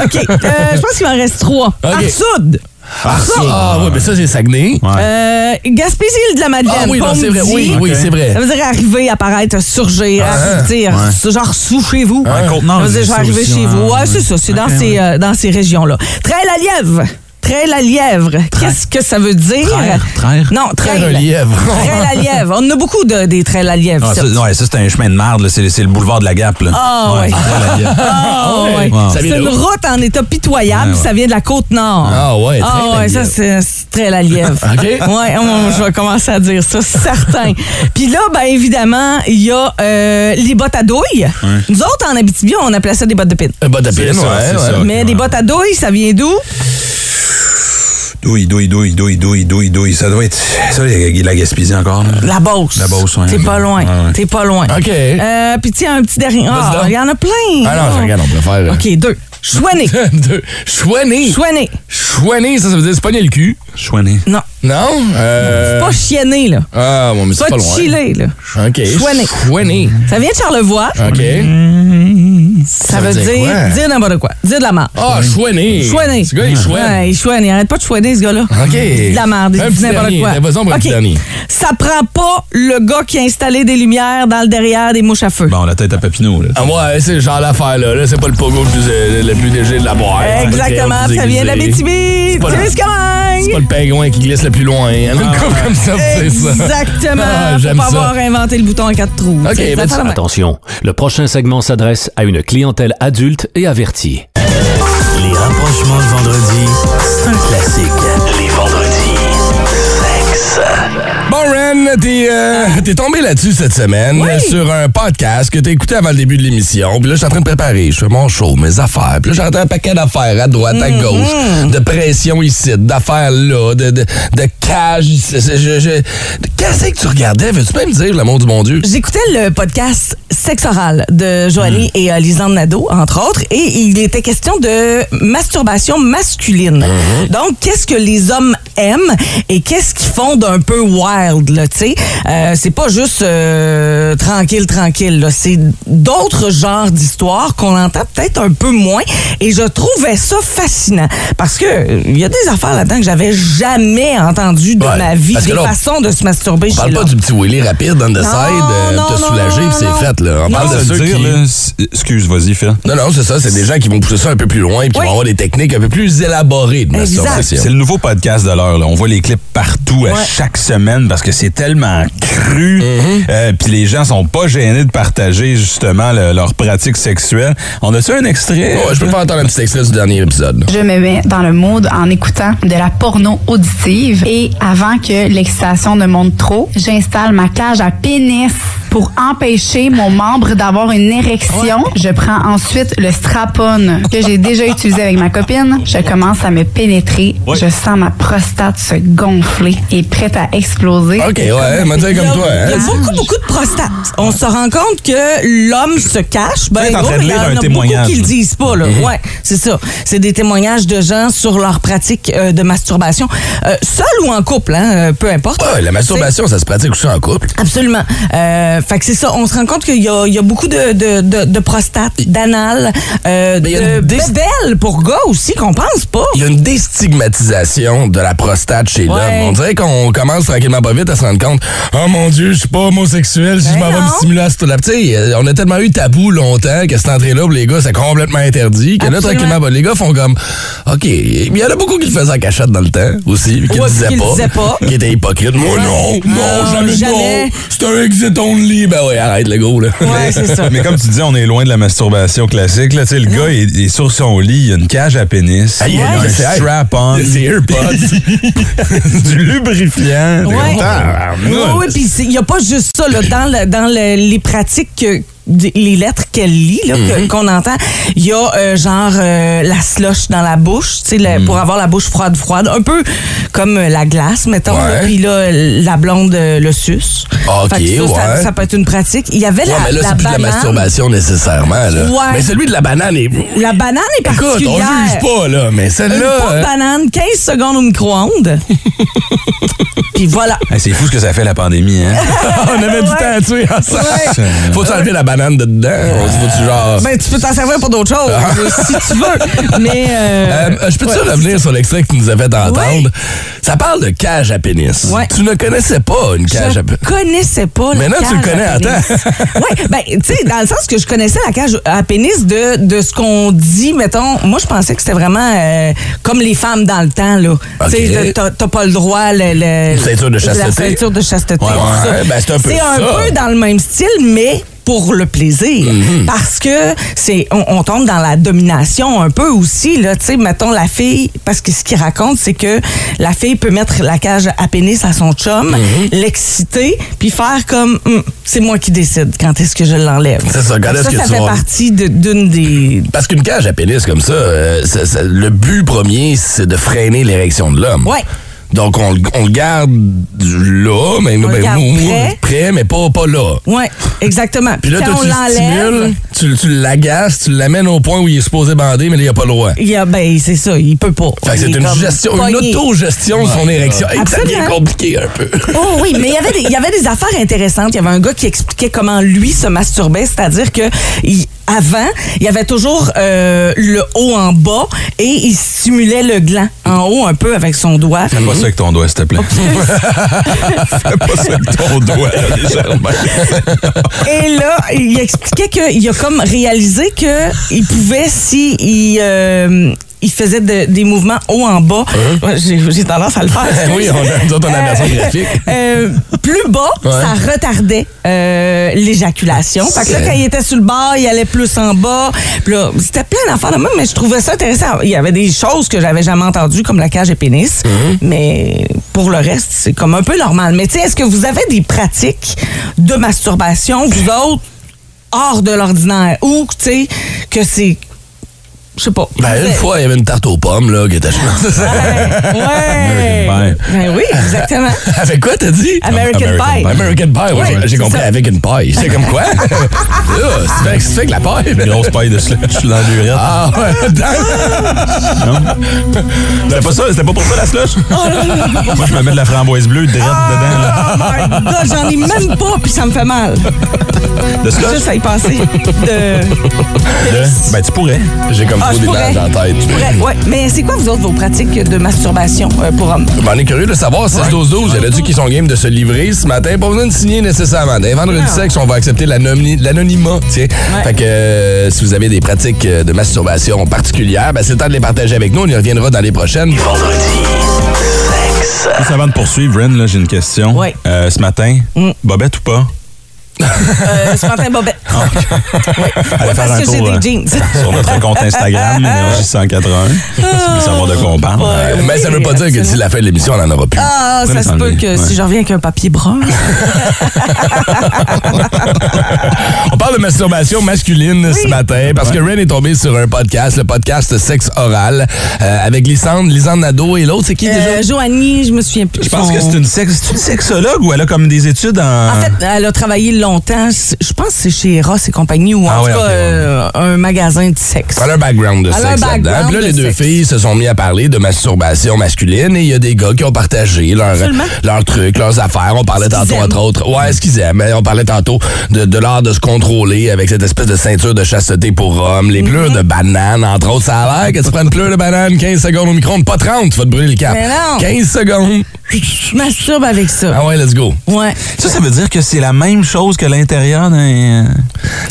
OK, euh, je pense qu'il m'en reste trois.
OK.
Arsoud.
Ah ouais, mais ça, c'est Saguenay.
Euh, Gaspésie de la Madeleine.
Ah oui, non,
Pommes
c'est vrai. Oui,
d'I.
oui, c'est vrai.
Ça veut dire arriver, apparaître, surgir, sortir, genre sous chez vous.
Ah. Ouais, Côte-Nord,
ça veut dire
c'est
je
ça
vais arriver
aussi, hein.
chez vous.
ouais,
Ouais, c'est ça, c'est dans ces, euh, dans ces régions-là. Trail à lièvre. Trait la lièvre. Qu'est-ce que ça veut dire?
Traire, traire.
Non, traire.
Traire la lièvre.
Traire la lièvre. On en a beaucoup de, des traits la lièvre.
Ah, ça,
ici.
ouais, ça, c'est un chemin de merde. là. C'est c'est le boulevard de la Gap. là.
Ah, ouais.
c'est la Gap.
Ah, ouais.
Wow.
C'est une route en état pitoyable,
Ouais, ouais.
ça vient de la côte nord.
Ah, ouais,
Ah
très la
ouais, ça
lièvre.
c'est c'est très la lièvre.
OK.
Ouais, on- je vais commencer à dire ça, c'est certain. Puis là, ben évidemment, il y a euh, les bottes à douille. Nous autres en Abitibi, on appelait ça des bottes de pine.
bottes de pine,
C'est ça,
ouais,
c'est
ouais.
ça.
Mais des bottes à douille, ça vient d'où?
Douille, douille, douille, douille, douille, douille, douille. Ça doit être. Ça, il y a la Gaspésie encore. là.
La Beauce.
La Beauce, ouais.
T'es pas loin.
Ouais, ouais.
T'es pas loin.
OK.
Euh, puis tiens, un petit dernier.
Vas-y
Ah,
donc.
il y en a plein.
Ah non,
là.
regarde, on peut faire. euh,
OK, deux. Chouané.
deux. Chouané.
Chouané.
Chouané, ça, ça veut dire se pogner le cul.
Chouané.
Non.
Non? Euh...
Pas chienné, là.
Ah, bon, mais c'est
Pas
pas loin.
chillé, là.
OK.
Chouané.
Chouané.
Ça vient de Charlevoix.
Ah,
OK.
Ça, veut dire
quoi?
dire, n'importe quoi. Dire de la merde.
Ah, chouané.
Chouané.
Ce gars, il chouane.
Ouais, il chouané. Arrête pas de chouaner, ce gars-là.
OK.
De la merde.
Un
Il dit
petit
n'importe
dernier. Ben,
quoi.
Vas-y, on va le
OK.
dernier.
Ça prend pas le gars qui a installé des lumières dans le derrière des mouches à feu.
Bon, la tête à Papineau. Là.
Ah, ouais, c'est le genre d'affaire, là. Là, c'est pas le pogo le plus, euh, le plus léger de la boîte.
Exactement.
C'est
Ça vient de la
déguisé.
BTB.
pas le-
Plus
C'est pas le pingouin qui glisse le plus loin. Il y en
Ah
a une coupe comme ça, c'est ça.
Exactement.
Ah,
Faut
j'aime
pas
ça.
avoir inventé le bouton à quatre trous.
OK,
C'est- ça
ben,
fait la même.
Attention, le prochain segment s'adresse à une clientèle adulte et avertie.
Les rapprochements de vendredi, c'est un classique. Les vendredis, sexe.
Bon, Ren, t'es euh, t'es tombé là-dessus cette semaine euh, sur un podcast que t'as écouté avant le début de l'émission. Puis là, je suis en train de préparer. Je fais mon show, mes affaires. Puis là, j'entends un paquet d'affaires à droite, à
Mm-hmm.
gauche, de pression ici, d'affaires là, de, de, de cage ici. C'est- je- je- Qu'est-ce que tu regardais? Veux-tu pas me dire, le monde du bon Dieu?
J'écoutais le podcast Sexe oral de Joanie
Mm.
et euh, Lisanne Nadeau, entre autres, et il était question de masturbation masculine.
Mm-hmm.
Donc, qu'est-ce que les hommes aiment et qu'est-ce qu'ils font d'un peu wild, là, tu sais? Euh, c'est pas juste euh, tranquille, tranquille, là. C'est d'autres genres d'histoires qu'on entend peut-être un peu moins et je trouvais ça fascinant parce que euh, il y a des affaires là-dedans que j'avais jamais entendues de
Ouais,
ma vie,
parce que
des
là, on-
façons de se masturber
On parle
chez
pas
l'homme.
du petit Willy rapide dans the
Non,
side, euh,
non,
te
non,
soulager, puis
non.
c'est fait, là. On parle de
Faut
ceux
le dire,
qui...
là, c- excuse, vas-y, Phil.
Non, non, c'est ça. C'est des gens qui vont pousser ça un peu plus loin et qui
Oui.
vont avoir des techniques un peu plus élaborées de
Exact.
masturbation.
C'est le nouveau podcast de l'heure. là. On voit les clips partout à
Ouais.
chaque semaine parce que c'est tellement cru.
Mm-hmm.
Euh, Puis les gens sont pas gênés de partager justement le- leurs pratiques sexuelles. On a-tu un extrait?
Ouais, je peux pas entendre un petit extrait du dernier épisode.
Je me mets dans le mood en écoutant de la porno auditive et avant que l'excitation ne monte trop, j'installe ma cage à pénis pour empêcher mon membre d'avoir une érection. Je prends ensuite le strapon que j'ai déjà utilisé avec ma copine. Je commence à me pénétrer.
Ouais.
Je sens ma prostate se gonfler et prête à exploser.
OK, ouais, m'a dit comme toi.
Il y a
Hein?
beaucoup, beaucoup de prostates. On se rend compte que l'homme se cache. Ben,
Peut-être en
gros,
train de
il y
lire
en
un
a
témoignage,
beaucoup qui le
là.
disent pas, là. Ouais, c'est ça. C'est des témoignages de gens sur leur pratique euh, de masturbation. Euh, seul ou en couple, hein, euh, peu importe.
Ouais, la masturbation, ça se pratique aussi en couple.
Absolument. Euh, fait que c'est ça. On se rend compte qu'il y a, il y a beaucoup de, de, de, de prostates, d'anal, euh,
il y a
de
une dé-
bébelles pour gars aussi qu'on pense pas.
Il y a une déstigmatisation de la prostate chez
Ouais.
l'homme. On dirait qu'on commence tranquillement pas vite à se rendre compte Oh mon Dieu, je suis pas homosexuel si je m'en vais
Ben non.
me stimuler à ce là Tu sais, euh, on a tellement eu tabou longtemps que cette entrée-là, pour les gars, c'est complètement interdit. Que là,
Absolument.
tranquillement, pas- les gars font comme OK. Il y en a beaucoup qui le faisaient en cachette dans le temps aussi, puis qui
Ouais,
le disaient
qui le disaient
pas.
pas.
Qui étaient hypocrites. Moi, non, non,
Non,
jamais,
jamais.
non. C'est un exit only. Ben ouais, arrête le gros, là.
Ouais, c'est ça.
Mais comme tu dis, on est loin de la masturbation classique. Là. Tu sais, Le gars il, il est sur son lit, il a une cage à pénis,
Ah, il
il
y a
a un
des-
strap-on,
C'est AirPods.
du lubrifiant.
Ouais.
Ah,
Oui,
Tabarnouche.
oui, puis il n'y a pas juste ça. Là, dans le- dans le- les pratiques, que- des- les lettres qu'elle lit, là,
Mhm.
que- qu'on entend, il y a euh, genre euh, la slush dans la bouche, tu sais,
Mhm.
le- pour avoir la bouche froide, froide. Un peu comme euh, la glace, mettons.
Ouais. Ah,
là, Puis là, la blonde euh, le suce.
Ok,
Fait que ça, ça,
ouais.
ça peut être une pratique. Il y avait
Ouais,
la,
mais là,
la
c'est plus de la
banane.
masturbation nécessairement. Là.
Ouais.
Mais celui de la banane est.
La banane est particulière.
Écoute, on juge pas, là, mais
Une
celle-là.
pomme
hein.
banane, 15 secondes au micro-ondes. Puis voilà.
Hey, c'est fou ce que ça fait la pandémie. Hein?
on avait du
Ouais.
temps à tuer ensemble.
Ouais.
Faut enlever la banane banane de dedans? On se fout du genre.
Ben, tu peux t'en servir pour d'autres choses, hein, si tu veux. Mais. euh,
Ah. Euh, je peux-tu
ouais.
revenir sur l'extrait que tu nous as fait entendre? Ça parle de cage à pénis.
Ouais.
Tu ne connaissais pas une cage à pénis.
Je connaissais pas la
Maintenant, tu le
cage
connais,
à pénis. oui, ben, tu sais, dans le sens que je connaissais la cage à pénis de, de ce qu'on dit, mettons. Moi, je pensais que c'était vraiment euh, comme les femmes dans le temps, là.
Ok.
Tu sais, de- t'as t'as pas le droit. Le, le-
Une ceinture de
La
chasteté.
ceinture de chasteté.
Ouais,
tout ça.
ouais, ben, c'est un peu
C'est un
ça.
peu dans le même style, mais pour le plaisir.
Mhm.
Parce que c'est on, on tombe dans la domination un peu aussi. Là, tu sais, mettons la fille, parce que ce qu'il raconte, c'est que la fille peut mettre la cage à pénis à son chum,
Mhm.
l'exciter, puis faire comme Hum, c'est moi qui décide quand est-ce que je l'enlève.
C'est ça, quand
Fait que
est-ce que
ça
tu
fait
vas-
partie de- d'une des.
Parce qu'une cage à pénis comme ça, euh, ça- ça- le but premier, c'est de freiner l'érection de l'homme.
Ouais.
Donc, on, le- on le garde là, mais
On le
ben,
garde
mou- mou-
prêt.
prêt, mais pas, pas là.
Oui, exactement.
Puis là,
quand
toi,
on
tu le
l'enlève.
stimules, tu, tu l'agaces, tu l'amènes au point où il est supposé bander, mais là, il n'y a pas le droit.
Il y a, ben, c'est ça, il peut pas.
Fait que c'est
Il est
une
comme
gestion, une
pogné.
autogestion de son érection. Hey, ça devient
Absolument.
compliqué un peu.
Oh oui, mais il y avait des- il y avait des affaires intéressantes. Il y avait un gars qui expliquait comment lui se masturbait, c'est-à-dire que il- avant, il y avait toujours euh, le haut en bas et il stimulait le gland en haut un peu avec son doigt.
Fais pas ça avec ton doigt, s'il te plaît. Fais pas ça avec ton doigt, légèrement.
Et là, il expliquait qu'il a comme réalisé que il pouvait si il euh, il faisait de- des mouvements haut en bas.
Hein?
Ouais, J'ai j'ai tendance à le faire.
oui, on a, nous autres, on a la version
Euh,
graphique.
euh, plus bas,
Ouais.
ça retardait euh, l'éjaculation. Fait que là,
C'est-
quand il était sur le bord, il allait plus en bas. Puis là, c'était plein d'affaires de même, mais je trouvais ça intéressant. Il y avait des choses que j'avais jamais entendues, comme la cage et pénis.
Mm-hmm.
Mais pour le reste, c'est comme un peu normal. Mais tu sais, est-ce que vous avez des pratiques de masturbation, vous autres, hors de l'ordinaire? Ou, tu sais, que c'est... Je sais pas.
Ben, une fois, il y avait une tarte aux pommes, là, qui était
Ouais.
American
Ben oui, exactement.
Avec quoi, t'as dit?
American Pie.
American Pie, ouais,
Ouais,
j'ai
c'est
compris,
ça.
avec une paille. C'est comme quoi? Là, c'est fait- c'est fait que la paille. Une grosse paille de slush dans l'urette. Ah, ouais.
C'était pas ça, c'était pas pour ça la slush? Moi, je me mets de la framboise bleue direct dedans. là.
Oh my God, j'en ai même pas, puis ça me fait mal.
De slush?
Ça, ça y passait. De...
De- Ben, tu pourrais.
J'ai comme
Ah,
trop
je pourrais.
d'images en tête.
Je pourrais, ouais. Mais c'est quoi, vous autres, vos pratiques de masturbation euh, pour hommes?
Ben, on est curieux de savoir, 6-12-12, il y en a du qui sont game de se livrer ce matin. Pas besoin de signer nécessairement. D'un vendredi sexe, on va accepter l'anony- l'anonymat, tiens. Fait que euh, si vous avez des pratiques euh, de masturbation particulières, ben, c'est le temps de les partager avec nous. On y reviendra dans les prochaines.
Juste avant de poursuivre, Ren, là, j'ai une question.
Ouais. Mm.
Euh, ce matin, Bobette ou pas?
Euh, ce matin, Bobette.
Ah, Allez faire un
parce que j'ai
tour
des jeans.
euh, sur notre compte Instagram, Énergie 181. Si vous voulez savoir de quoi on parle.
Mais ça veut pas dire que d'ici la fin de l'émission, on en aura plus.
Ah, ça se peut que si je reviens avec un papier brun.
On parle de masturbation masculine ce matin parce que Ren est tombé sur un podcast, le podcast Sexe Oral, euh, avec Lisande, Lisande Nadeau et l'autre, c'est qui déjà?
Euh, Joanie, je me souviens plus.
Je pense
son-
que c'est une, Hein? sexe, c'est une sexologue ou elle a comme des études en.
En fait, elle a travaillé longtemps, c- je pense que c'est chez Ross et compagnie, ou en
Ah
tout
ouais,
cas,
ok, ouais.
euh, un magasin de sexe.
Elle a un background de
Elle a un
sexe là-dedans.
background
Puis là,
de
les deux
sexe.
filles se sont mis à parler de masturbation masculine et il y a des gars qui ont partagé leur-
Absolument.
leurs trucs, leurs affaires. On parlait
Ce qu'ils
tantôt,
aiment.
entre autres, ouais, ce qu'ils aiment. On parlait tantôt de, de l'art de se contrôler avec cette espèce de ceinture de chasteté pour hommes,
Mhm.
les pleurs de banane, entre autres. Ça a l'air que tu prends une pleure de banane 15 secondes au micro-ondes, pas 30, tu vas te brûler le cap.
Mais non.
15 secondes.
Je masturbe avec ça.
Ah ouais, let's go.
Ouais.
Ça, ça veut dire que c'est la même chose que l'intérieur d'un.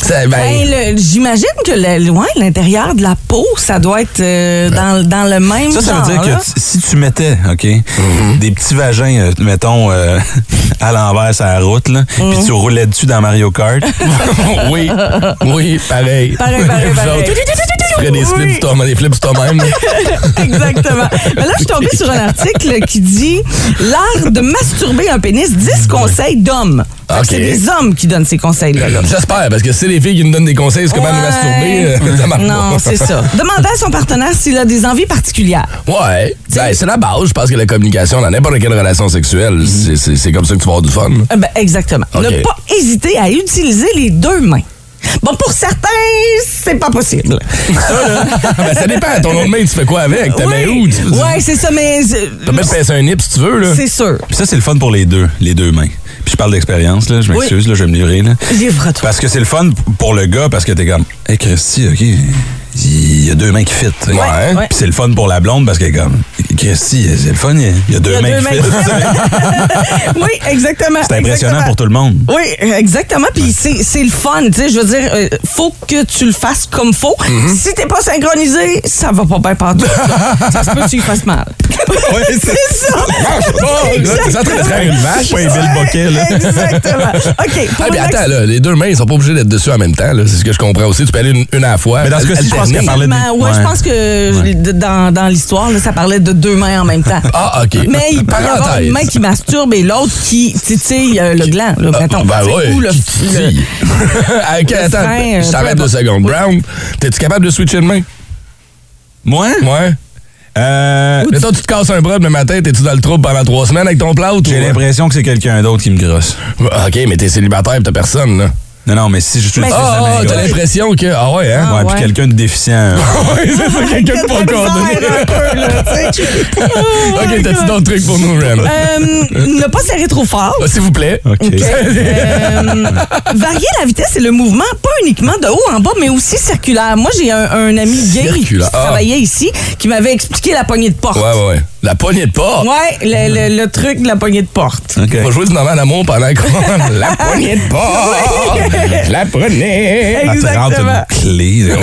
Ça, ben,
Ben, le- J'imagine que le- ouais, l'intérieur de la peau, ça doit être euh,
Ben,
dans, dans le même
Ça, ça veut dire
genre,
que
là.
tu- si tu mettais, OK, des petits vagins, euh, mettons, euh, à l'envers sur la route, là, puis tu roulais dessus dans Mario Kart,
oui, oui, pareil.
Pareil, pareil,
Vous
pareil.
autres, tu ferais des flips
Oui.
sur toi- des flips sur toi-même.
Exactement. Mais là, je suis tombée sur un article qui dit l'art de masturber un pénis, 10 conseils d'hommes. Fait que
Ok.
C'est des hommes qui donnent ces conseils-là. là.
J'espère, parce que si c'est les filles qui nous donnent des conseils sur comment nous masturber, euh, ça marche pas.
Non, c'est ça. Demandez à son partenaire s'il a des envies particulières.
Ouais. Ben, c'est la base. Je pense que la communication dans n'importe quelle relation sexuelle, c'est- c'est c'est comme ça que tu vas avoir du fun.
Euh, ben, exactement.
Ok.
Ne pas hésiter à utiliser les deux mains. Bon, pour certains, c'est pas possible.
Ça, là. ben, ça dépend. Ton nom de main, tu fais quoi avec? T'as main où? Tu-
Ouais, c'est ça, mais. euh,
T'as même pincer un nip si tu veux, là.
C'est sûr.
Puis ça, c'est le fun pour les deux, les deux mains. Puis je parle d'expérience, là, je m'excuse, là, je vais me livrer. Là.
Livre-toi.
Parce que c'est le fun pour le gars, parce que t'es comme, hey Christy, OK, il y a deux mains qui fit. Ouais.
ouais.
Puis c'est le fun pour la blonde, parce qu'elle est comme, Christy, c'est le fun, il y a- il y a deux
Il y a
mains
deux
qui fit.
mains oui, exactement.
C'est impressionnant
Exactement.
pour tout le monde.
Oui, exactement. Puis c'est c'est le fun, tu sais. Je veux dire, euh, faut que tu le fasses comme faut.
Mm-hmm.
Si t'es pas synchronisé, ça va pas bien partout. ça se peut que tu y fasses mal.
Ouais, c'est-
c'est ça.
Marche pas, là,
oh, t'es en train de traire une vache.
Ouais, Bill Bocquet, là.
Exactement. OK.
Ah, puis attends, là, les deux mains, ils sont pas obligés d'être dessus en même temps. là. C'est ce que je comprends aussi. Tu peux aller une, une à la fois.
Mais dans ce cas-ci, je pense
alterner.
qu'elle parlait de-
Ben, ouais, je pense que je- d- dans, dans l'histoire, là, ça parlait de deux mains en même temps.
Ah, OK.
Mais il peut y avoir
Parenthèse.
une main qui masturbe et l'autre qui titille euh, le gland. Là, mettons.
Ben
C'est
ouais,
où le-
qui titille. Ok,
le
attends,
frein, euh,
je t'arrête
peu
deux secondes. Brown, t'es-tu capable de switcher de main?
Moi?
Ouais.
Euh...
Mettons, tu te casses un bras le matin, t'es-tu dans le trouble pendant trois semaines avec ton plâtre? euh? Ah,
J'ai l'impression que c'est quelqu'un d'autre qui me grosse.
OK, mais t'es célibataire pis t'as personne, là.
Non, non, mais si je suis
Ah, ah, t'as l'impression que. Ah ouais, hein?
Ouais,
ouais.
puis quelqu'un de déficient. euh,
Ouais, c'est
Ah,
ça, quelqu'un de pas coordonné.
hein.
OK, t'as-tu d'autres trucs pour nous, Ren?
Oh Euh, ne pas serrer trop fort.
Ah, S'il vous plaît. OK.
OK. Euh, varier la vitesse et le mouvement, pas uniquement de haut en bas, mais aussi circulaire. Moi, j'ai un, un ami gay
Circulaire.
qui
Ah.
travaillait ici qui m'avait expliqué la poignée de porte.
Ouais, ouais, ouais. La poignée de porte.
Ouais, le, le- le truc de la poignée de porte.
On va jouer du moment d'amour pendant qu'on. La poignée de porte! La prenez!
Ah, tu rentres une Exactement.
clé.
Wow!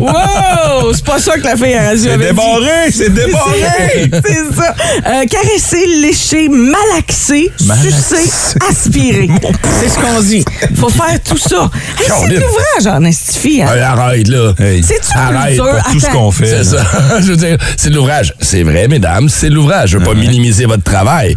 Wow! C'est pas ça que la fille à la radio
C'est
avait dit.
débarré, c'est débarré.
C'est- C'est ça. Euh, caresser, lécher, malaxer,
Malaxer.
sucer, aspirer. C'est ce qu'on dit. Faut faire tout ça. Hey, c'est
Caroline.
l'ouvrage en estifie.
Hey, arrête, là.
C'est-tu
arrête
dur?
pour tout ce
Attends.
qu'on fait. C'est ça. je veux dire, c'est de l'ouvrage. C'est vrai, mesdames, c'est de l'ouvrage. Je veux pas minimiser votre travail.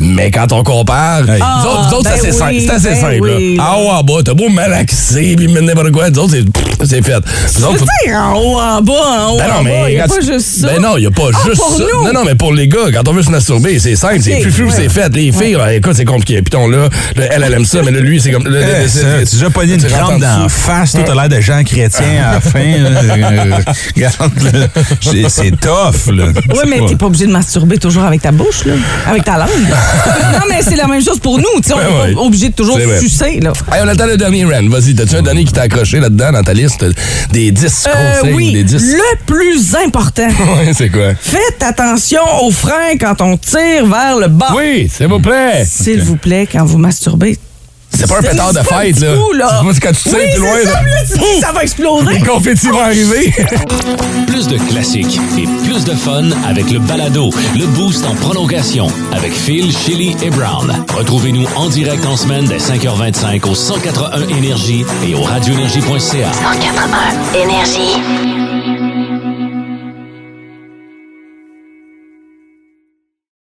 Mais quand on compare,
Ah,
nous autres, nous autres,
ben
c'est
oui,
assez simple. C'est assez
ben
simple. là. Ah,
oui.
En haut, en bas, t'as beau malaxer, puis mettre n'importe quoi. Nous autres, c'est- c'est fait. Nous autres, faut-
C'est en haut, en bas, en haut,
Ben non,
en bas.
mais
Il n'y a
quand
pas
tu-
juste ça.
Ben non, il n'y a pas
Ah,
juste
pour
ça.
nous.
Non, non, mais pour les gars, quand on veut se masturber, c'est simple, c'est
Ok,
fufu,
ouais.
c'est fait. Les filles, là, écoute, c'est compliqué. Python, là, le- elle, elle aime ça, mais là, lui, c'est comme. le- le-
Eh,
le-
ça,
c'est-
tu as déjà pogné une
c'est rentre en
crampe dans la
dessous.
face, toi, t'as l'air de Jean Chrétien à la fin. là. Euh, Regarde, là, j'ai- c'est tough, là.
Oui, mais t'es pas obligé de masturber toujours avec ta bouche, là. Avec ta langue. non, mais c'est la même chose pour nous. tu sais, on
Ben
est
ouais.
pas obligé de toujours
C'est vrai.
sucer, là.
Hey, on attend le dernier Ren. Vas-y, t'as-tu un dernier qui t'a accroché là-dedans dans ta liste des 10
Euh,
conseils ou
oui,
des 10?
le plus important.
Ouais, c'est quoi?
Faites attention aux freins quand on tire vers le bas.
Oui, s'il vous plaît.
S'il vous plaît, quand vous masturbez.
C'est pas un pétard de
pas
fête,
du
là.
tout, là.
C'est quand tu tires
Oui,
plus loin,
c'est
là.
Ça, là, tu dis, ça va exploser.
confettis vont arriver.
Plus de classiques et plus de fun avec le balado, le boost en prolongation avec Phil, Chili et Brown. Retrouvez-nous en direct en semaine dès 5h25 au 181 Énergie et au radioénergie.ca.
181 énergie.